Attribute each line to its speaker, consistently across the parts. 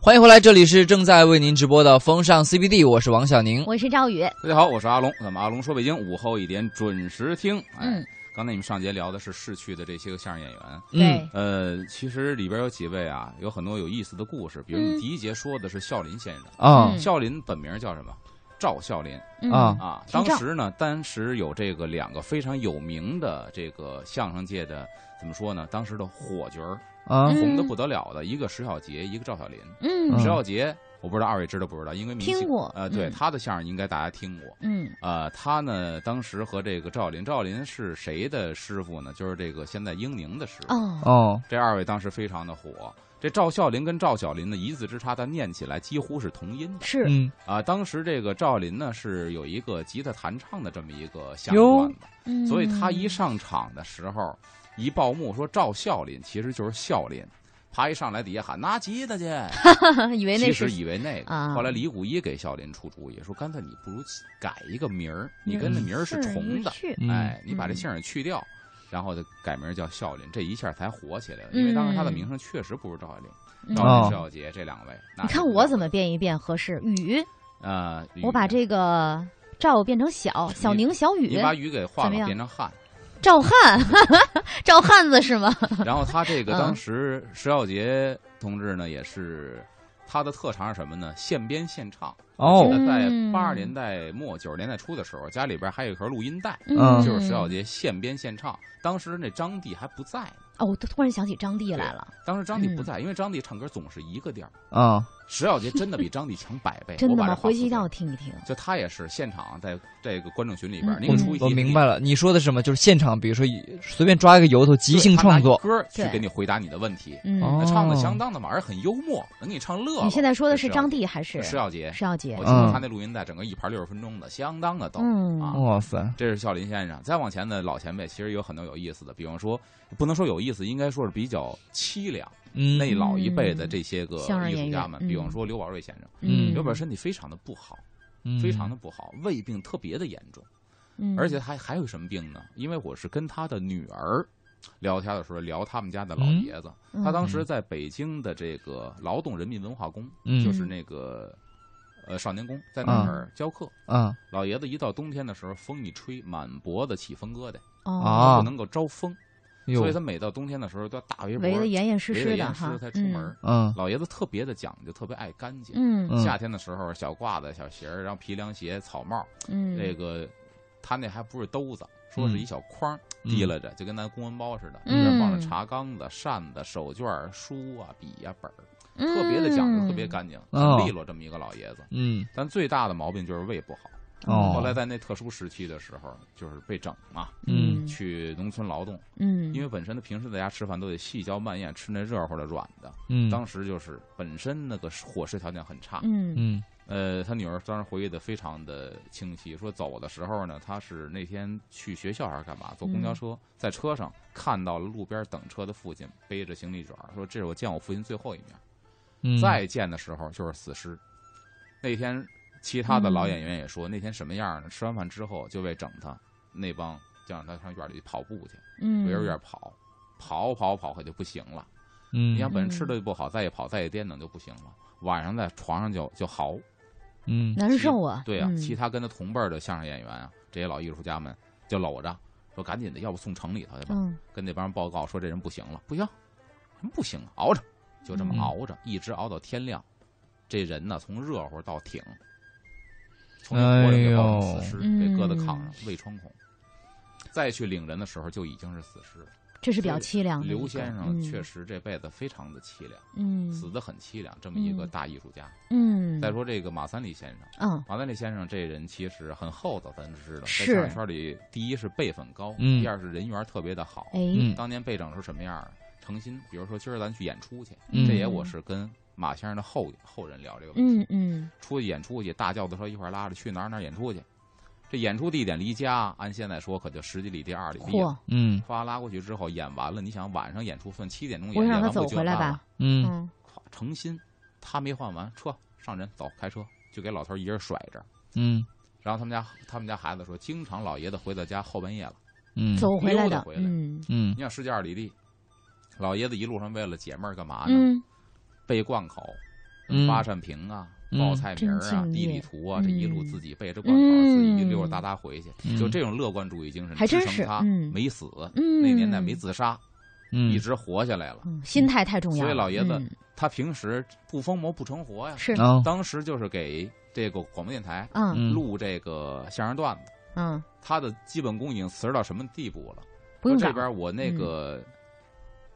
Speaker 1: 欢迎回来，这里是正在为您直播的风尚 CBD，我是王小宁。
Speaker 2: 我是赵宇，
Speaker 3: 大家好，我是阿龙，咱们阿龙说北京，午后一点准时听。哎，
Speaker 2: 嗯，
Speaker 3: 刚才你们上节聊的是逝去的这些个相声演员，
Speaker 2: 对，
Speaker 3: 呃，其实里边有几位啊，有很多有意思的故事，比如
Speaker 2: 嗯
Speaker 3: 你第一节说的是孝林先生，
Speaker 1: 啊
Speaker 2: 嗯
Speaker 3: 孝林本名叫什么？赵孝林
Speaker 2: 嗯
Speaker 1: 啊
Speaker 3: 啊，
Speaker 2: 姓
Speaker 3: 当
Speaker 2: 赵
Speaker 3: 时呢，当时有这个两个非常有名的这个相声界的怎么说呢？当时的火角儿，
Speaker 1: 啊
Speaker 2: 嗯
Speaker 3: 红的不得了的，一个石小杰，一个赵小林。
Speaker 2: 嗯
Speaker 3: 石小杰，我不知道二位知道不知道，因为明星
Speaker 2: 听过
Speaker 3: 呃，对
Speaker 2: 嗯
Speaker 3: 他的相声应该大家听过。
Speaker 2: 嗯
Speaker 3: 呃，他呢，当时和这个赵林，赵林是谁的师傅呢？就是这个现在英宁的师傅。
Speaker 2: 哦，
Speaker 1: 哦
Speaker 3: 这二位当时非常的火。这赵孝林跟赵小林的一字之差，他念起来几乎是同音的
Speaker 2: 是
Speaker 1: 嗯
Speaker 3: 啊、当时这个赵林呢是有一个吉他弹唱的这么一个相
Speaker 1: 哟
Speaker 3: 关的，
Speaker 2: 嗯
Speaker 3: 所以他一上场的时候，一报幕说赵孝林其实就是孝林，他一上来底下喊拿吉 他去，
Speaker 2: 以为那
Speaker 3: 其
Speaker 2: 是
Speaker 3: 实以为那个，
Speaker 2: 啊
Speaker 3: 后来李谷一给孝林出主意，说干脆你不如改一个名儿，你跟那名儿是重的，
Speaker 2: 嗯是
Speaker 1: 嗯
Speaker 3: 哎，你把这
Speaker 2: 嗯
Speaker 3: 姓儿去掉，然后就改名儿叫孝林，这一下才火起来了。因为当时他的
Speaker 2: 嗯
Speaker 3: 名声确实不是赵小林，
Speaker 2: 嗯
Speaker 3: 赵小
Speaker 1: 哦
Speaker 3: 林、赵小杰这两位。那
Speaker 2: 你看
Speaker 3: 就
Speaker 2: 我怎么变一变合适？雨，
Speaker 3: 呃，
Speaker 2: 我把这个赵变成小小宁小
Speaker 3: 雨
Speaker 2: 雨
Speaker 3: 你，把雨给化
Speaker 2: 怎么
Speaker 3: 了，
Speaker 2: 样
Speaker 3: 变 成汉。
Speaker 2: 赵汉，赵汉子是吗？
Speaker 3: 然后他这个
Speaker 2: 嗯
Speaker 3: 当时石小杰同志呢，也是他的特长是什么呢？现编现唱。
Speaker 1: 哦
Speaker 3: 记得在
Speaker 2: 嗯
Speaker 3: 八十年代末九十年代初的时候，家里边还有一盒录音带。
Speaker 1: 嗯
Speaker 3: 就是石小杰现编现唱。当时那张帝还不在呢，
Speaker 2: 哦，我突然想起张帝来了，
Speaker 3: 当时张帝不
Speaker 2: 嗯
Speaker 3: 在，因为张帝唱歌总是一个调儿。
Speaker 1: 啊
Speaker 3: 石小杰真的比张帝强百倍，
Speaker 2: 真
Speaker 3: 我
Speaker 2: 的
Speaker 3: 把
Speaker 2: 吗？
Speaker 3: 这话
Speaker 2: 回去一定
Speaker 3: 说
Speaker 2: 要
Speaker 3: 出来。
Speaker 2: 听一听。
Speaker 3: 就他也是现场在这个观众群里边，
Speaker 2: 嗯
Speaker 3: 那
Speaker 1: 我
Speaker 3: 个出一题
Speaker 1: 我明白了，你说的是什么？就是现场，比如说以随便抓一个由头，即
Speaker 3: 对
Speaker 1: 兴
Speaker 3: 他
Speaker 1: 创
Speaker 3: 拿一
Speaker 1: 作。
Speaker 3: 歌去
Speaker 2: 对
Speaker 3: 给你回答你的问题，
Speaker 2: 嗯，
Speaker 1: 哦
Speaker 3: 唱的相当的嘛，而很幽默，能给你唱乐了。
Speaker 2: 你现在说的
Speaker 3: 这
Speaker 2: 是张帝还是
Speaker 3: 石小杰？
Speaker 2: 石小杰
Speaker 3: 我？记得
Speaker 1: 嗯
Speaker 3: 他那录音带整个一盘六十分钟的，相当的逗。
Speaker 2: 嗯
Speaker 3: 啊
Speaker 1: 哇塞，
Speaker 3: 这是孝林先生。再往前的老前辈，其实有很多有意思的，比方说，不能说有意思，应该说是比较凄凉。
Speaker 1: 嗯
Speaker 3: 那老一辈的这些个
Speaker 2: 相声
Speaker 3: 艺
Speaker 2: 演
Speaker 3: 术家
Speaker 2: 员
Speaker 3: 们，
Speaker 2: 嗯
Speaker 3: 比方说刘宝瑞先生，
Speaker 1: 嗯
Speaker 3: 刘宝瑞身体非常的不好，
Speaker 1: 嗯
Speaker 3: 非常的不好，胃病特别的严重，
Speaker 2: 嗯
Speaker 3: 而且还还有什么病呢？因为我是跟他的女儿聊天的时候聊他们家的老
Speaker 1: 嗯
Speaker 3: 爷子，他当时
Speaker 1: 嗯
Speaker 3: 在北京的这个劳动人民文化宫，
Speaker 1: 嗯
Speaker 3: 就是那个呃少年宫，在那儿教课。
Speaker 1: 啊
Speaker 3: 老爷子一到冬天的时候，风一吹，满脖子起风疙瘩，
Speaker 2: 哦，
Speaker 1: 啊
Speaker 3: 不能够招风，
Speaker 1: 哟
Speaker 3: 所以他每到冬天的时候都要大围脖，
Speaker 2: 哎围得严严实
Speaker 3: 围得
Speaker 2: 实
Speaker 3: 严
Speaker 2: 的
Speaker 3: 实
Speaker 2: 哈
Speaker 3: 才，出门
Speaker 2: 嗯
Speaker 3: 儿。
Speaker 1: 嗯
Speaker 3: 老爷子特别的讲究，特别爱干净。
Speaker 2: 嗯
Speaker 1: 嗯
Speaker 3: 夏天的时候，小褂子、小鞋儿，然后皮凉鞋、草帽，
Speaker 2: 嗯，
Speaker 3: 那个他那还不是兜子，说是一小筐
Speaker 1: 嗯
Speaker 3: 提拉着，就跟咱公文包似的，
Speaker 2: 嗯
Speaker 3: 里边放着茶缸子、扇子、手绢儿、书啊、笔呀、本儿，特别的讲究，特别
Speaker 2: 嗯
Speaker 3: 干净，
Speaker 1: 哦
Speaker 3: 很利落这么一个老爷子。
Speaker 1: 嗯
Speaker 3: 但最大的毛病就是胃不好。
Speaker 1: 哦
Speaker 3: 嗯后来在那特殊时期的时候，就是被整嘛，
Speaker 1: 嗯
Speaker 3: 去农村劳动，
Speaker 2: 嗯，
Speaker 3: 因为本身他平时在家吃饭都得细嚼慢咽，吃那热乎的软的。
Speaker 1: 嗯
Speaker 3: 当时就是本身那个伙食条件很差，
Speaker 2: 嗯
Speaker 1: 嗯
Speaker 3: 呃，他女儿当时回忆的非常的清晰，说走的时候呢，他是那天去学校还是干嘛，坐
Speaker 1: 嗯
Speaker 3: 公交车，在车上看到了路边等车的父亲背着行李卷儿，说这是我见我父亲最后一面，
Speaker 1: 嗯
Speaker 3: 再见的时候就是死尸。那天其他的
Speaker 1: 嗯
Speaker 3: 老演员也说，那天什么样呢？吃完饭之后就为整他，那帮就让他上院里跑步去，
Speaker 2: 嗯，
Speaker 3: 围着院跑，跑跑跑可就不行了。
Speaker 1: 嗯
Speaker 3: 你想本身吃的就不好，再一跑再一颠腾就不行了，晚上在床上就就嚎。
Speaker 1: 嗯
Speaker 2: 难受啊，
Speaker 3: 对啊，
Speaker 2: 嗯
Speaker 3: 其他跟他同辈儿的相声演员啊，这些老艺术家们就搂着说：“赶紧的，要不送城里头去吧。
Speaker 2: 嗯
Speaker 3: 跟那帮人报告说这人不行了，不行，什么不行啊，熬着，就这么
Speaker 1: 嗯
Speaker 3: 熬着，一直熬到天亮。这人呢，从热乎到挺，从活人给抱成死尸，
Speaker 2: 哎哎呦
Speaker 3: 被搁在炕上，胃穿孔。再去领人的时候，就已经是死尸了。
Speaker 2: 这是比较凄凉的一个。
Speaker 3: 刘先生
Speaker 2: 嗯
Speaker 3: 确，实这辈子非常的凄凉，
Speaker 2: 嗯，
Speaker 3: 死得很凄凉。这么一个
Speaker 2: 嗯
Speaker 3: 大艺术家。
Speaker 2: 嗯，
Speaker 3: 再说这个马三立先生。
Speaker 2: 嗯，
Speaker 3: 马三立先生这人其实很厚道，咱知道，
Speaker 2: 是
Speaker 3: 在相声圈里，第一是辈分高，
Speaker 1: 嗯
Speaker 3: 第二是人缘特别的好。
Speaker 2: 哎，
Speaker 1: 嗯
Speaker 3: 当年被整成什么样儿？诚心，比如说今儿咱去演出去，
Speaker 1: 嗯
Speaker 3: 这也我是跟马先生的后后人聊这个问题。
Speaker 2: 嗯嗯
Speaker 3: 出去演出去，大轿子车一块儿拉着去哪儿哪儿演出去。这演出地点离家，按现在说可就十几里地、二里地了。
Speaker 2: 嚯，
Speaker 1: 嗯
Speaker 3: 哗拉过去之后，演完了，你想晚上演出算七点钟演，
Speaker 2: 我让
Speaker 3: 演
Speaker 2: 他
Speaker 3: 完
Speaker 2: 走
Speaker 3: 不就
Speaker 2: 回来
Speaker 3: 晚了
Speaker 2: 吧，
Speaker 1: 嗯
Speaker 2: 嗯，
Speaker 3: 咵诚心，他没换完车，上人走开车，就给老头儿一人甩这儿。
Speaker 1: 嗯
Speaker 3: 然后他们家他们家孩子说，经常老爷子回到家后半夜了。
Speaker 1: 嗯
Speaker 2: 走回来
Speaker 3: 溜达
Speaker 2: 的，
Speaker 3: 回来
Speaker 2: 嗯
Speaker 1: 嗯
Speaker 3: 你想啊十几二里地，老爷子一路上为了解闷儿干嘛呢？
Speaker 2: 嗯，
Speaker 3: 被灌口，
Speaker 1: 嗯
Speaker 3: 八扇屏啊、
Speaker 1: 嗯
Speaker 3: 报菜名儿
Speaker 2: 真
Speaker 3: 啊
Speaker 2: 敬、业
Speaker 3: 地理图啊，这一路
Speaker 2: 嗯
Speaker 3: 自己背着贯口儿，自己
Speaker 2: 嗯
Speaker 3: 溜溜达达回去，
Speaker 1: 嗯
Speaker 3: 就这种乐观主义精神
Speaker 2: 还
Speaker 3: 支
Speaker 2: 真是
Speaker 3: 撑他
Speaker 2: 嗯
Speaker 3: 没死，
Speaker 2: 嗯
Speaker 3: 那年代没自杀，一
Speaker 1: 嗯，
Speaker 3: 直活下来了。
Speaker 2: 嗯，心态太重要
Speaker 3: 所
Speaker 2: 了。
Speaker 3: 以老爷子嗯
Speaker 2: 嗯
Speaker 3: 他平时不疯魔不成活呀，
Speaker 2: 是，
Speaker 1: 啊，
Speaker 3: 当时就是给这个广播电台
Speaker 2: 嗯
Speaker 1: 嗯
Speaker 3: 录这个相声段子，
Speaker 2: 嗯，
Speaker 3: 他的基本功已经辞到什么地步了。
Speaker 2: 不用
Speaker 3: 说
Speaker 2: 找，
Speaker 3: 这边我那个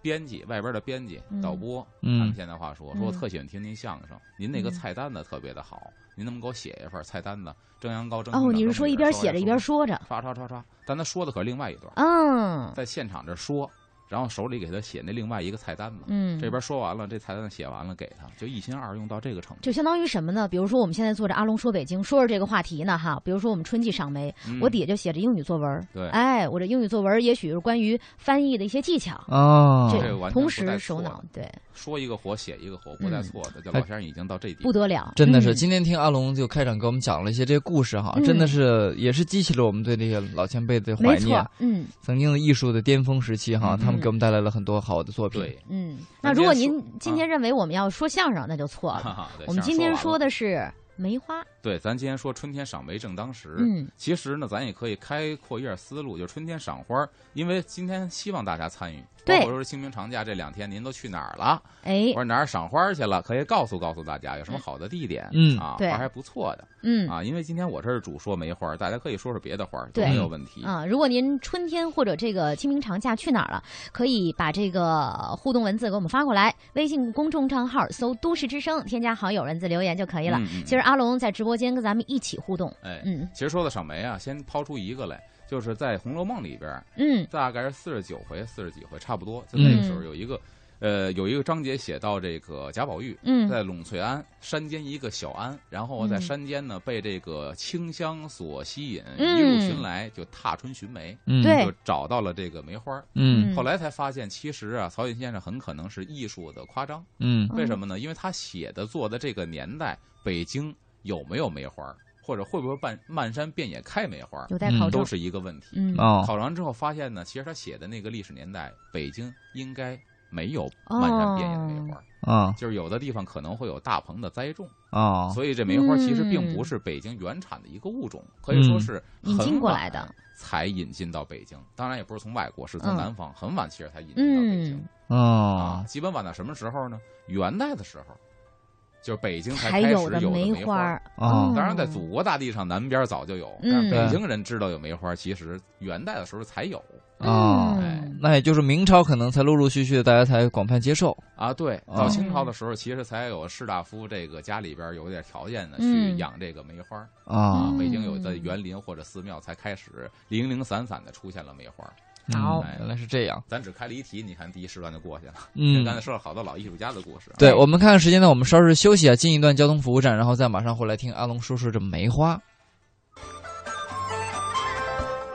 Speaker 3: 编辑，外边的编辑、
Speaker 2: 嗯
Speaker 3: 导播，
Speaker 1: 嗯
Speaker 3: 按现在话说，说
Speaker 2: 嗯
Speaker 3: 我特喜欢听您相声，您那个
Speaker 2: 嗯
Speaker 3: 菜单子特别的好，您能不能给我写一份菜单子？蒸羊羔、蒸
Speaker 2: 哦，你是说一边写
Speaker 3: 写
Speaker 2: 着一边说
Speaker 3: 说，
Speaker 2: 着？
Speaker 3: 刷刷刷刷，但他说的可是另外一段，
Speaker 2: 嗯
Speaker 3: 在现场这说，然后手里给他写那另外一个菜单子。
Speaker 2: 嗯，
Speaker 3: 这边说完了，这菜单子写完了，给他就一心二用到这个程度。
Speaker 2: 就相当于什么呢？比如说我们现在做着阿龙说北京，说着这个话题呢哈，比如说我们春季赏梅，
Speaker 3: 嗯
Speaker 2: 我底下就写着英语作文儿，
Speaker 3: 对
Speaker 2: 哎，我这英语作文儿也许是关于翻译的一些技巧，
Speaker 1: 啊，
Speaker 3: 这个完全
Speaker 2: 同
Speaker 3: 不带
Speaker 2: 时手
Speaker 3: 错
Speaker 2: 脑对
Speaker 3: 说一个火写一个火，不带
Speaker 2: 嗯
Speaker 3: 错的。这
Speaker 1: 还
Speaker 3: 老先生已经到这地步
Speaker 2: 不，得了，
Speaker 1: 真的是，
Speaker 2: 嗯
Speaker 1: 今天听阿龙就开场给我们讲了一些这些故事哈，
Speaker 2: 嗯
Speaker 1: 真的是也是激起了我们对这些老前辈的
Speaker 2: 没
Speaker 1: 怀念
Speaker 2: 错。，嗯
Speaker 1: 曾经的艺术的巅峰时期哈，
Speaker 3: 嗯
Speaker 1: 他们给我们带来了很多好的作品。
Speaker 3: 对，
Speaker 2: 嗯。
Speaker 3: 咱
Speaker 2: 那如果
Speaker 3: 今天
Speaker 2: 您今天认为我们要说相声，那就错
Speaker 3: 哈
Speaker 2: 了。
Speaker 3: 哈对
Speaker 2: 我们
Speaker 3: 相声
Speaker 2: 今天
Speaker 3: 啊完了
Speaker 2: 说的是梅花，
Speaker 3: 对，咱今天说春天赏梅正当时。
Speaker 2: 嗯
Speaker 3: 其实呢，咱也可以开阔一下思路，就是春天赏花儿，因为今天希望大家参与，包
Speaker 2: 对
Speaker 3: 括说清明长假这两天您都去哪儿了，
Speaker 2: 哎
Speaker 3: 或，者哪儿赏花儿去了，可以告诉告诉大家有什么好的地点，
Speaker 1: 嗯
Speaker 3: 啊，
Speaker 2: 对
Speaker 3: 花还不错的
Speaker 2: 嗯
Speaker 3: 啊。因为今天我这是主说梅花儿，大家可以说说别的花儿都
Speaker 2: 对
Speaker 3: 没有问题。
Speaker 2: 啊，如果您春天或者这个清明长假去哪儿了，可以把这个互动文字给我们发过来，微信公众账号搜“都市之声”，添加好友文字留言就可以了。
Speaker 3: 嗯嗯
Speaker 2: 其实阿龙在直播间跟咱们一起互动，
Speaker 3: 哎，
Speaker 2: 嗯
Speaker 3: 其实说到赏梅啊，先抛出一个来，就是在《红楼梦》里边儿，
Speaker 2: 嗯
Speaker 3: 大概是四十九回、四十几回，差不多。就那个时候
Speaker 2: 嗯
Speaker 3: 有一个，呃，有一个章节写到这个贾宝玉
Speaker 2: 嗯
Speaker 3: 在陇翠庵山间一个小庵，然后在
Speaker 2: 嗯
Speaker 3: 山间呢被这个清香所吸引，
Speaker 2: 嗯
Speaker 3: 一路寻来就踏春寻梅，
Speaker 1: 嗯，
Speaker 2: 对
Speaker 3: 就找到了这个梅花。
Speaker 1: 嗯
Speaker 3: 后来才发现，其实啊，曹禺先生很可能是艺术的夸张。
Speaker 1: 嗯
Speaker 3: 为什么呢？因为他写的做的这个年代，北京有没有梅花，或者会不会漫漫山遍野开梅花，
Speaker 2: 有待考
Speaker 1: 嗯
Speaker 2: 证
Speaker 3: 都，是一啊个问题。
Speaker 2: 嗯
Speaker 1: 哦，
Speaker 3: 考完之后发现呢，其实他写的那个历史年代，北京应该没有
Speaker 2: 哦
Speaker 3: 漫山遍野的梅花，
Speaker 1: 啊
Speaker 3: 就是有的地方可能会有大棚的栽种，
Speaker 1: 啊，
Speaker 3: 所以这梅花其实并不是北京原产的一个物种，可以说是很
Speaker 2: 嗯引进过来
Speaker 3: 晚
Speaker 2: 的，
Speaker 3: 才引进到北京。当然也不是从外国，是从
Speaker 2: 嗯
Speaker 3: 南方，很晚其实才引进到北京
Speaker 2: 嗯。，
Speaker 1: 啊
Speaker 3: 啊，，基本晚到什么时候呢？元代的时候，就是北京才
Speaker 2: 才
Speaker 3: 开始
Speaker 2: 的
Speaker 3: 有梅
Speaker 2: 花
Speaker 3: 花。
Speaker 2: 儿
Speaker 1: 哦
Speaker 3: 当然，在祖国大地上南边早就有，
Speaker 2: 嗯
Speaker 3: 但北京人知道有梅花，其实元代的时候才有。
Speaker 1: 啊
Speaker 3: 哎
Speaker 2: 嗯
Speaker 1: 那也就是明朝可能才陆陆续续大家才广泛接受。
Speaker 3: 啊，对，
Speaker 1: 哦
Speaker 3: 到
Speaker 2: 嗯
Speaker 3: 清朝的时候，其实才有士大夫这个家里边有点条件的去
Speaker 2: 嗯
Speaker 3: 养这个梅花儿
Speaker 1: 啊
Speaker 3: 啊。
Speaker 2: 嗯
Speaker 3: 北京有的园林或者寺庙才开始零零散散的出现了梅花儿。
Speaker 1: 嗯
Speaker 2: 好
Speaker 1: 原来是这样。
Speaker 3: 咱只开了一题，你看第一时段就过去了。
Speaker 1: 嗯，
Speaker 3: 刚才说了好多老艺术家的故事啊。
Speaker 1: 对我们看看时间呢，我们稍事休息啊，进一段交通服务站，然后再马上回来听阿龙叔叔这梅花。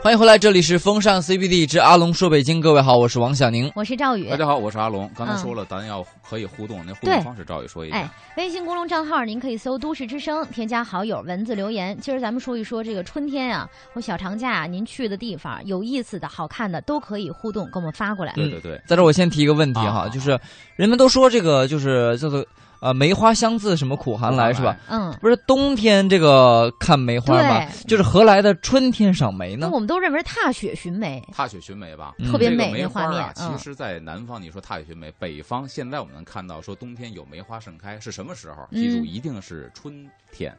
Speaker 1: 欢迎回来，这里是风尚 CBD 之阿龙说北京，各位好，我是王小宁。
Speaker 2: 我是赵宇
Speaker 3: 大。家好，我是阿龙。刚才
Speaker 2: 嗯
Speaker 3: 说了，咱要可以互动，那互
Speaker 2: 对
Speaker 3: 动方式赵宇说一
Speaker 2: 哎
Speaker 3: 下。，
Speaker 2: 微信公众账号您可以搜“都市之声”，添加好友，文字留言。今儿咱们说一说这个春天啊或小长假、啊，您去的地方有意思的、好看的都可以互动给我们发过来。
Speaker 3: 对对对，
Speaker 1: 在这儿我先提一个问题哈，
Speaker 3: 啊
Speaker 1: 就是人们都说这个就是叫做呃梅花香自什么苦寒来是吧？？
Speaker 2: 嗯，
Speaker 1: 不是冬天这个看梅花吗？
Speaker 2: 对
Speaker 1: 就是何来的春天赏梅
Speaker 2: 那
Speaker 1: 呢？
Speaker 2: 我们都认为踏雪寻梅，
Speaker 3: 哎踏雪寻梅吧，
Speaker 1: 嗯
Speaker 2: 特别
Speaker 3: 这个
Speaker 2: 美
Speaker 3: 梅
Speaker 2: 那
Speaker 3: 花
Speaker 2: 画面
Speaker 3: 啊，。其
Speaker 2: 嗯，
Speaker 3: 实，在南方你说踏雪寻梅，北方现在我们能看到说冬天有梅花盛开是什么时候？
Speaker 2: 嗯
Speaker 3: 记住，一定是春天。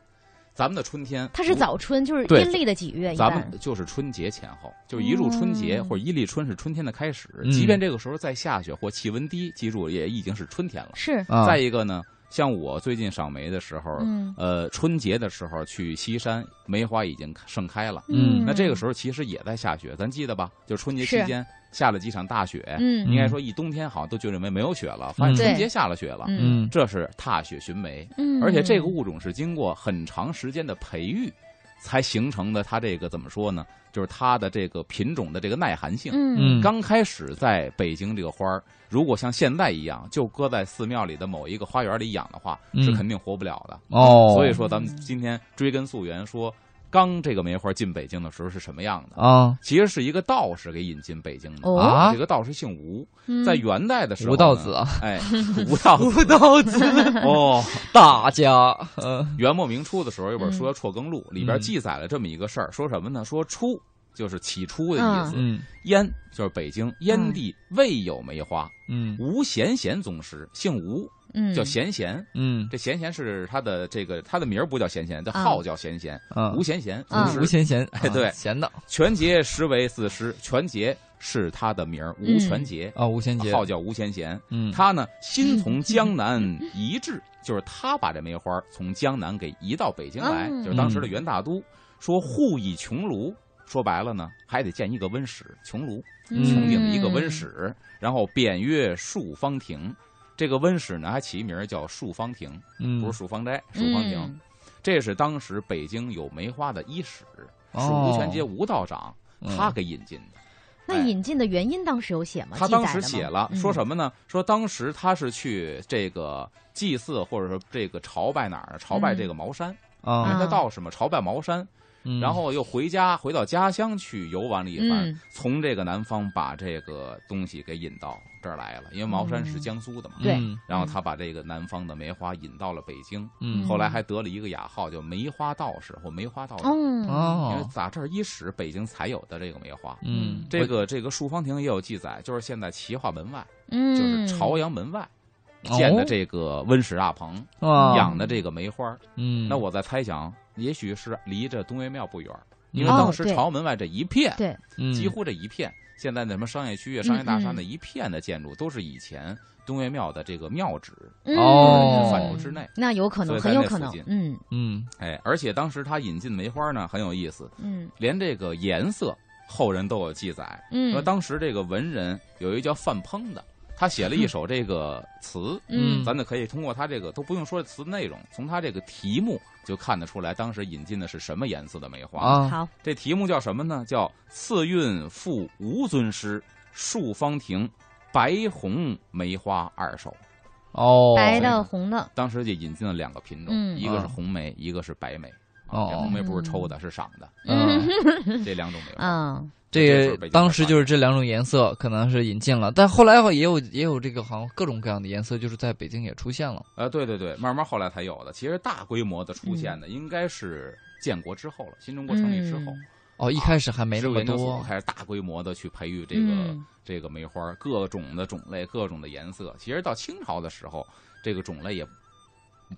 Speaker 3: 咱们的春天，
Speaker 2: 它是，早春，就是
Speaker 3: 对
Speaker 2: 阴历的几月一
Speaker 3: 咱
Speaker 2: 般
Speaker 3: 们。就是春节前后，就是一入春节
Speaker 2: 嗯
Speaker 3: 或者一立春是春天的开始。
Speaker 1: 嗯
Speaker 3: 即便这个时候在下雪或气温低，记住也已经是春天了。
Speaker 2: 是，
Speaker 1: 啊
Speaker 3: 再一个呢，像我最近赏梅的时候，
Speaker 2: 嗯
Speaker 3: 呃，春节的时候去西山，梅花已经盛开了。
Speaker 1: 嗯
Speaker 3: 那这个时候其实也在下雪，咱记得吧？就春节期
Speaker 2: 是
Speaker 3: 间下了几场大雪，
Speaker 2: 嗯
Speaker 3: 应该说一冬天好像都就认为没有雪了，发现
Speaker 1: 嗯
Speaker 3: 春
Speaker 2: 对
Speaker 3: 节下了雪了，
Speaker 2: 嗯
Speaker 1: 嗯
Speaker 3: 这是踏雪寻梅。
Speaker 2: 嗯，
Speaker 3: 而且这个物种是经过很长时间的培育，才形成的。它这个怎么说呢？就是它的这个品种的这个耐寒性。
Speaker 1: 嗯
Speaker 2: 嗯
Speaker 3: 刚开始在北京这个花儿，如果像现在一样，就搁在寺庙里的某一个花园里养的话，
Speaker 1: 嗯
Speaker 3: 是肯定活不了的。
Speaker 1: 哦，
Speaker 3: 所以说，咱们今天追根溯源说。刚这个梅花进北京的时候是什么样的？
Speaker 1: 啊，
Speaker 3: 其实是一个道士给引进北京的。
Speaker 2: 哦
Speaker 1: 啊
Speaker 3: 这个道士姓吴，
Speaker 2: 嗯
Speaker 3: 在元代的时候，
Speaker 1: 吴道子，啊，
Speaker 3: 哎，吴道 子，
Speaker 1: 吴道子
Speaker 3: 哦，
Speaker 1: 大家，嗯
Speaker 3: 元末明初的时候有本
Speaker 2: 嗯
Speaker 3: 书叫《辍耕录》，里边
Speaker 1: 嗯
Speaker 3: 记载了这么一个事儿，说什么呢？说初就是起初的意思，
Speaker 1: 嗯
Speaker 3: 燕就是北京，燕
Speaker 2: 嗯
Speaker 3: 地未有梅花。
Speaker 1: 嗯
Speaker 3: 吴贤贤宗师姓吴，
Speaker 2: 嗯
Speaker 3: 叫贤贤，
Speaker 1: 嗯
Speaker 3: 这贤贤是他的这个他的名儿不叫贤贤，他
Speaker 2: 啊
Speaker 3: 号叫贤贤，
Speaker 1: 啊
Speaker 3: 吴，贤贤
Speaker 2: 嗯
Speaker 3: 宗
Speaker 1: 吴
Speaker 3: 师。
Speaker 1: 贤贤，
Speaker 3: 哎对
Speaker 1: 啊贤的
Speaker 3: 全杰实为四师，全杰是他的名儿，
Speaker 2: 嗯
Speaker 3: 吴全杰，
Speaker 1: 啊，吴贤杰，
Speaker 3: 号叫吴贤贤。
Speaker 1: 嗯，
Speaker 3: 他呢，新从 江南移至，就是他把这梅花从江南给移到北京
Speaker 1: 啊
Speaker 3: 来，
Speaker 2: 嗯
Speaker 3: 就是当时的元大都。说户以穷庐，说白了呢，还得建一个温室，穷庐，
Speaker 1: 嗯
Speaker 3: 穹顶一个温室，然后匾曰树芳亭。这个温室呢，还起名儿叫树芳亭，
Speaker 1: 嗯
Speaker 3: 不是树芳斋，树芳亭。
Speaker 2: 嗯
Speaker 3: 这是当时北京有梅花的伊始，是吴全杰
Speaker 1: 哦
Speaker 3: 吴道长
Speaker 1: 嗯
Speaker 3: 他给引进的。
Speaker 2: 那引进的原因当时有写吗？
Speaker 3: 哎
Speaker 2: 啊
Speaker 3: 他
Speaker 2: 记载
Speaker 3: 当时
Speaker 2: 的吗嗯
Speaker 3: 写了，说什么呢？说当时他是去这个祭祀，或者说这个朝拜哪儿呢？朝
Speaker 2: 嗯
Speaker 3: 拜这个茅山，哎因为
Speaker 1: 啊，
Speaker 3: 他道士嘛，朝拜茅山，
Speaker 1: 嗯
Speaker 3: 然后又回家，回到家乡去游玩了一番，
Speaker 2: 嗯
Speaker 3: 从这个南方把这个东西给引到这儿来了，因为茅山是江苏的嘛。
Speaker 2: 嗯对
Speaker 1: 嗯
Speaker 3: 然后他把这个南方的梅花引到了北京，
Speaker 1: 嗯
Speaker 3: 后来还得了一个雅号叫梅花道士或梅花道士，
Speaker 2: 嗯
Speaker 3: 因为
Speaker 1: 哦，
Speaker 3: 打这儿伊始北京才有的这个梅花。
Speaker 1: 嗯，
Speaker 3: 这个这个树芳亭也有记载，就是现在齐化门外。
Speaker 2: 嗯，
Speaker 3: 就是朝阳门外
Speaker 1: 哦
Speaker 3: 建的这个温室大棚，
Speaker 1: 啊
Speaker 3: 养的这个梅花儿。
Speaker 1: 嗯，
Speaker 3: 那我在猜想，也许是离这东岳庙不远儿，
Speaker 1: 嗯
Speaker 3: 因为当
Speaker 2: 哦
Speaker 3: 时
Speaker 2: 对
Speaker 3: 朝阳门外这一片，
Speaker 2: 对，
Speaker 1: 嗯
Speaker 3: 几乎这一片，现在那什么商业区啊、
Speaker 2: 嗯
Speaker 3: 商业大厦
Speaker 2: 嗯
Speaker 3: 那一片的建筑，都是以前东岳庙的这个庙址
Speaker 2: 嗯
Speaker 1: 哦
Speaker 3: 范畴之内。
Speaker 2: 那有可能，
Speaker 3: 所
Speaker 2: 很
Speaker 3: 以在
Speaker 2: 有
Speaker 3: 那
Speaker 2: 可
Speaker 3: 附
Speaker 2: 能
Speaker 3: 近，
Speaker 2: 嗯
Speaker 1: 嗯
Speaker 3: 哎，而且当时他引进梅花呢很有意思，
Speaker 2: 嗯
Speaker 3: 连这个颜色后人都有记载。说
Speaker 2: 嗯
Speaker 3: 当时这个文人有一个叫范滂的，他写
Speaker 2: 嗯
Speaker 3: 了一首这个词，
Speaker 1: 嗯
Speaker 3: 咱就可以通过它这个都不用说词内容，从它这个题目就看得出来，当时引进的是什么颜色的梅花。
Speaker 1: 啊，
Speaker 2: 好，
Speaker 3: 这题目叫什么呢？叫“次韵赋吴尊师树芳亭白红梅花二首
Speaker 1: 哦，
Speaker 2: 白的红的”。，
Speaker 3: 当时就引进了两个品种，
Speaker 2: 嗯
Speaker 3: 一个是
Speaker 1: 啊
Speaker 3: 红梅，一个是白梅。
Speaker 1: 哦
Speaker 3: 啊，这红梅不是抽的，是赏 的，
Speaker 1: 嗯，
Speaker 3: 这两种梅
Speaker 1: 啊
Speaker 3: 花。
Speaker 2: 嗯
Speaker 1: 这
Speaker 3: 就是北京
Speaker 1: 当时就是这两种颜色可能是引进了，但后来也有也有这个好像各种各样的颜色，就是在北京也出现了。
Speaker 3: 呃，对对对，慢慢后来才有的。其实大规模的出
Speaker 1: 嗯
Speaker 3: 现的应该是建国之后了，新中国成立之后，
Speaker 2: 嗯
Speaker 1: 哦，一开始还没
Speaker 3: 这
Speaker 1: 那么多，
Speaker 3: 开始大规模的去培育这个、
Speaker 2: 嗯
Speaker 3: 这个梅花，各种的种类，各种的颜色。其实到清朝的时候，这个种类也
Speaker 2: 不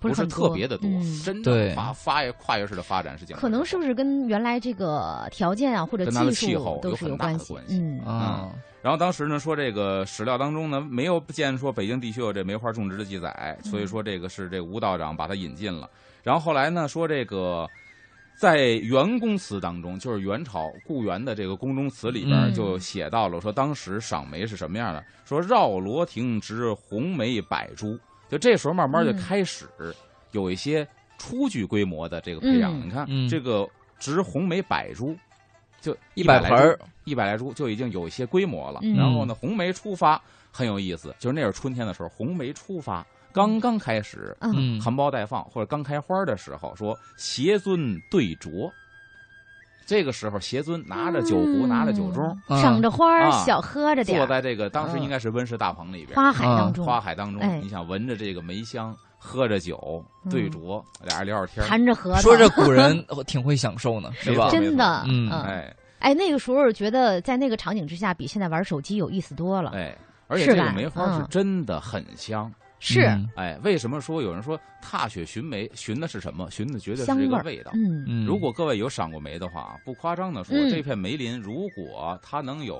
Speaker 3: 不
Speaker 2: 是
Speaker 3: 是
Speaker 2: 很
Speaker 3: 特
Speaker 2: 多
Speaker 3: 别的多，
Speaker 2: 嗯
Speaker 3: 真
Speaker 1: 对
Speaker 3: 正发发越跨越式的发展是讲
Speaker 2: 可能是不是跟原来这个条件啊或者
Speaker 3: 跟它的
Speaker 2: 技
Speaker 3: 气
Speaker 2: 术
Speaker 3: 候
Speaker 2: 都
Speaker 3: 有
Speaker 2: 是
Speaker 3: 很大
Speaker 2: 关
Speaker 3: 的
Speaker 2: 系
Speaker 3: 关？系
Speaker 2: 嗯
Speaker 1: 啊，
Speaker 3: 然后当时呢，说这个史料当中呢，没有见说北京地区有这梅花种植的记载，所以说这个是这吴道长把它引进了。然后后来呢，说这个在元宫词当中，就是元朝故园的这个宫中词里
Speaker 1: 嗯
Speaker 3: 边就写到了，说当时赏梅是什么样的，说绕罗亭植红梅百株，就这时候慢慢就
Speaker 2: 嗯
Speaker 3: 开始有一些初具规模的这个培养。
Speaker 2: 嗯
Speaker 3: 你看
Speaker 1: 嗯
Speaker 3: 这个植红梅百株。就
Speaker 1: 一百
Speaker 3: 来
Speaker 1: 盆儿
Speaker 3: 株，一百来株就已经有一些规模了。
Speaker 2: 嗯
Speaker 3: 然后呢，红梅初发很有意思，就是那是春天的时候，红梅初发刚刚开始，
Speaker 2: 嗯
Speaker 1: 嗯，
Speaker 3: 含苞待放或者刚开花的时候，说斜尊对酌。这个时候，斜尊拿着酒壶，拿着酒盅，
Speaker 1: 嗯
Speaker 2: 赏着花儿，
Speaker 3: 啊
Speaker 2: 小喝着点
Speaker 3: 坐
Speaker 2: 儿，
Speaker 3: 在这个
Speaker 2: 嗯
Speaker 3: 当时应该是温室大棚里边，
Speaker 2: 花海当中，
Speaker 3: 花海当中
Speaker 2: 哎，
Speaker 3: 你想闻着这个梅香，喝着酒，
Speaker 2: 嗯
Speaker 3: 对酌，俩人聊聊天儿，
Speaker 2: 盘着核桃，
Speaker 1: 说这古人 挺会享受呢，是吧
Speaker 3: 没？错
Speaker 2: 真的，
Speaker 1: 嗯
Speaker 3: 哎
Speaker 2: 哎，那个时候觉得在那个场景之下，比现在玩手机有意思多了。
Speaker 3: 哎，而且
Speaker 2: 是
Speaker 3: 这个
Speaker 2: 吧
Speaker 3: 梅花是
Speaker 2: 嗯
Speaker 3: 真的很香。
Speaker 2: 是，
Speaker 1: 嗯
Speaker 3: 哎，为什么说有人说踏雪寻梅，寻的是什么？寻的绝对
Speaker 2: 香
Speaker 3: 是一
Speaker 2: 味
Speaker 3: 个
Speaker 2: 儿
Speaker 3: 味道。
Speaker 2: 嗯
Speaker 1: 嗯，
Speaker 3: 如果各位有赏过梅的话，不夸张的说，
Speaker 2: 嗯
Speaker 3: 这片梅林如果它能有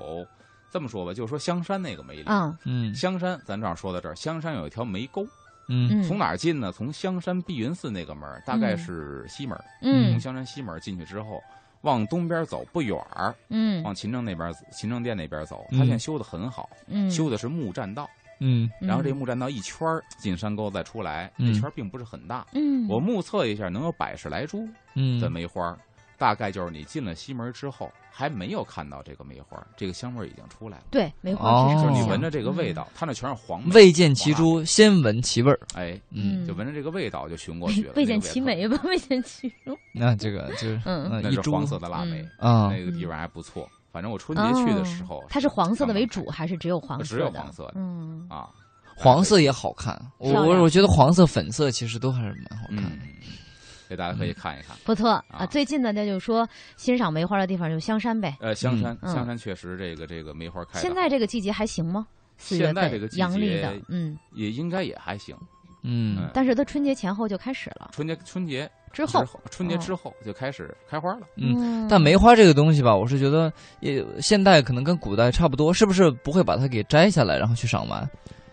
Speaker 3: 这么说吧，就是说香山那个梅林，
Speaker 2: 啊
Speaker 1: 嗯
Speaker 3: 香山咱这样说到这儿，香山有一条梅沟，
Speaker 1: 嗯
Speaker 2: 嗯，
Speaker 3: 从哪儿进呢？从香山碧云寺那个门儿，大概
Speaker 2: 嗯
Speaker 3: 是西门儿，从
Speaker 2: 嗯
Speaker 3: 香山西门儿进去之后。往东边走不远儿，
Speaker 2: 嗯
Speaker 3: 往勤政那边、勤政殿那边走。
Speaker 1: 嗯
Speaker 3: 它现在修的很好，
Speaker 2: 嗯，
Speaker 3: 修的是木栈道，
Speaker 1: 嗯
Speaker 2: 嗯
Speaker 3: 然后这木栈道一圈儿进山沟再出来，
Speaker 1: 嗯
Speaker 3: 这圈儿并不是很大，
Speaker 2: 嗯
Speaker 3: 我目测一下，能有百十来株
Speaker 1: 嗯，
Speaker 3: 的梅花儿。大概就是你进了西门之后，还没有看到这个梅花，这个香味儿已经出来了，
Speaker 2: 对，梅花确实
Speaker 3: 哦
Speaker 2: 很
Speaker 3: 就是你
Speaker 2: 香
Speaker 3: 闻着这个味道，它那全是黄梅，
Speaker 1: 未见其株，先闻其味儿。
Speaker 3: 哎，
Speaker 1: 嗯，
Speaker 3: 就闻着这个味道就寻过去了。
Speaker 2: 哎未
Speaker 3: 那个
Speaker 2: 见
Speaker 3: 味
Speaker 2: 其美
Speaker 3: 道
Speaker 2: 吧，未见其容。
Speaker 1: 那这个就是
Speaker 2: 嗯
Speaker 1: 呃
Speaker 3: 那
Speaker 1: 一
Speaker 3: 是
Speaker 1: 株
Speaker 3: 黄色的腊梅
Speaker 2: 嗯，
Speaker 1: 啊，
Speaker 3: 那个地方还不错。反正我春节去的时候
Speaker 2: 哦，它是黄色的为
Speaker 3: 刚
Speaker 2: 主，
Speaker 3: 刚
Speaker 2: 还是只有黄色
Speaker 3: 只
Speaker 2: 的？
Speaker 3: 有黄色的
Speaker 2: 嗯，
Speaker 3: 啊，
Speaker 1: 黄色也好看。我
Speaker 2: 漂亮
Speaker 1: 我我觉得黄色、粉色其实都还是蛮好看
Speaker 3: 嗯
Speaker 1: 的。，
Speaker 3: 所以大
Speaker 2: 嗯
Speaker 3: 家可以看一看。
Speaker 2: 不错啊。
Speaker 3: 啊
Speaker 2: 最近的那就说欣赏梅花的地方就香山呗。
Speaker 3: 呃，香山，
Speaker 2: 嗯
Speaker 3: 香山确实这个这个梅花开的好，
Speaker 2: 现在这个季节还行吗？四月
Speaker 3: 现在这
Speaker 2: 份
Speaker 3: 个季节
Speaker 2: 阳历的，嗯，
Speaker 3: 也应该也还行。
Speaker 1: 嗯，
Speaker 2: 但是它春节前后就开始了，
Speaker 3: 春节春节
Speaker 2: 之
Speaker 3: 之
Speaker 2: 后，
Speaker 3: 后，春节之后就开始开花了。
Speaker 2: 嗯，
Speaker 1: 但梅花这个东西吧，我是觉得也现代可能跟古代差不多，是不是不会把它给摘下来然后去赏玩？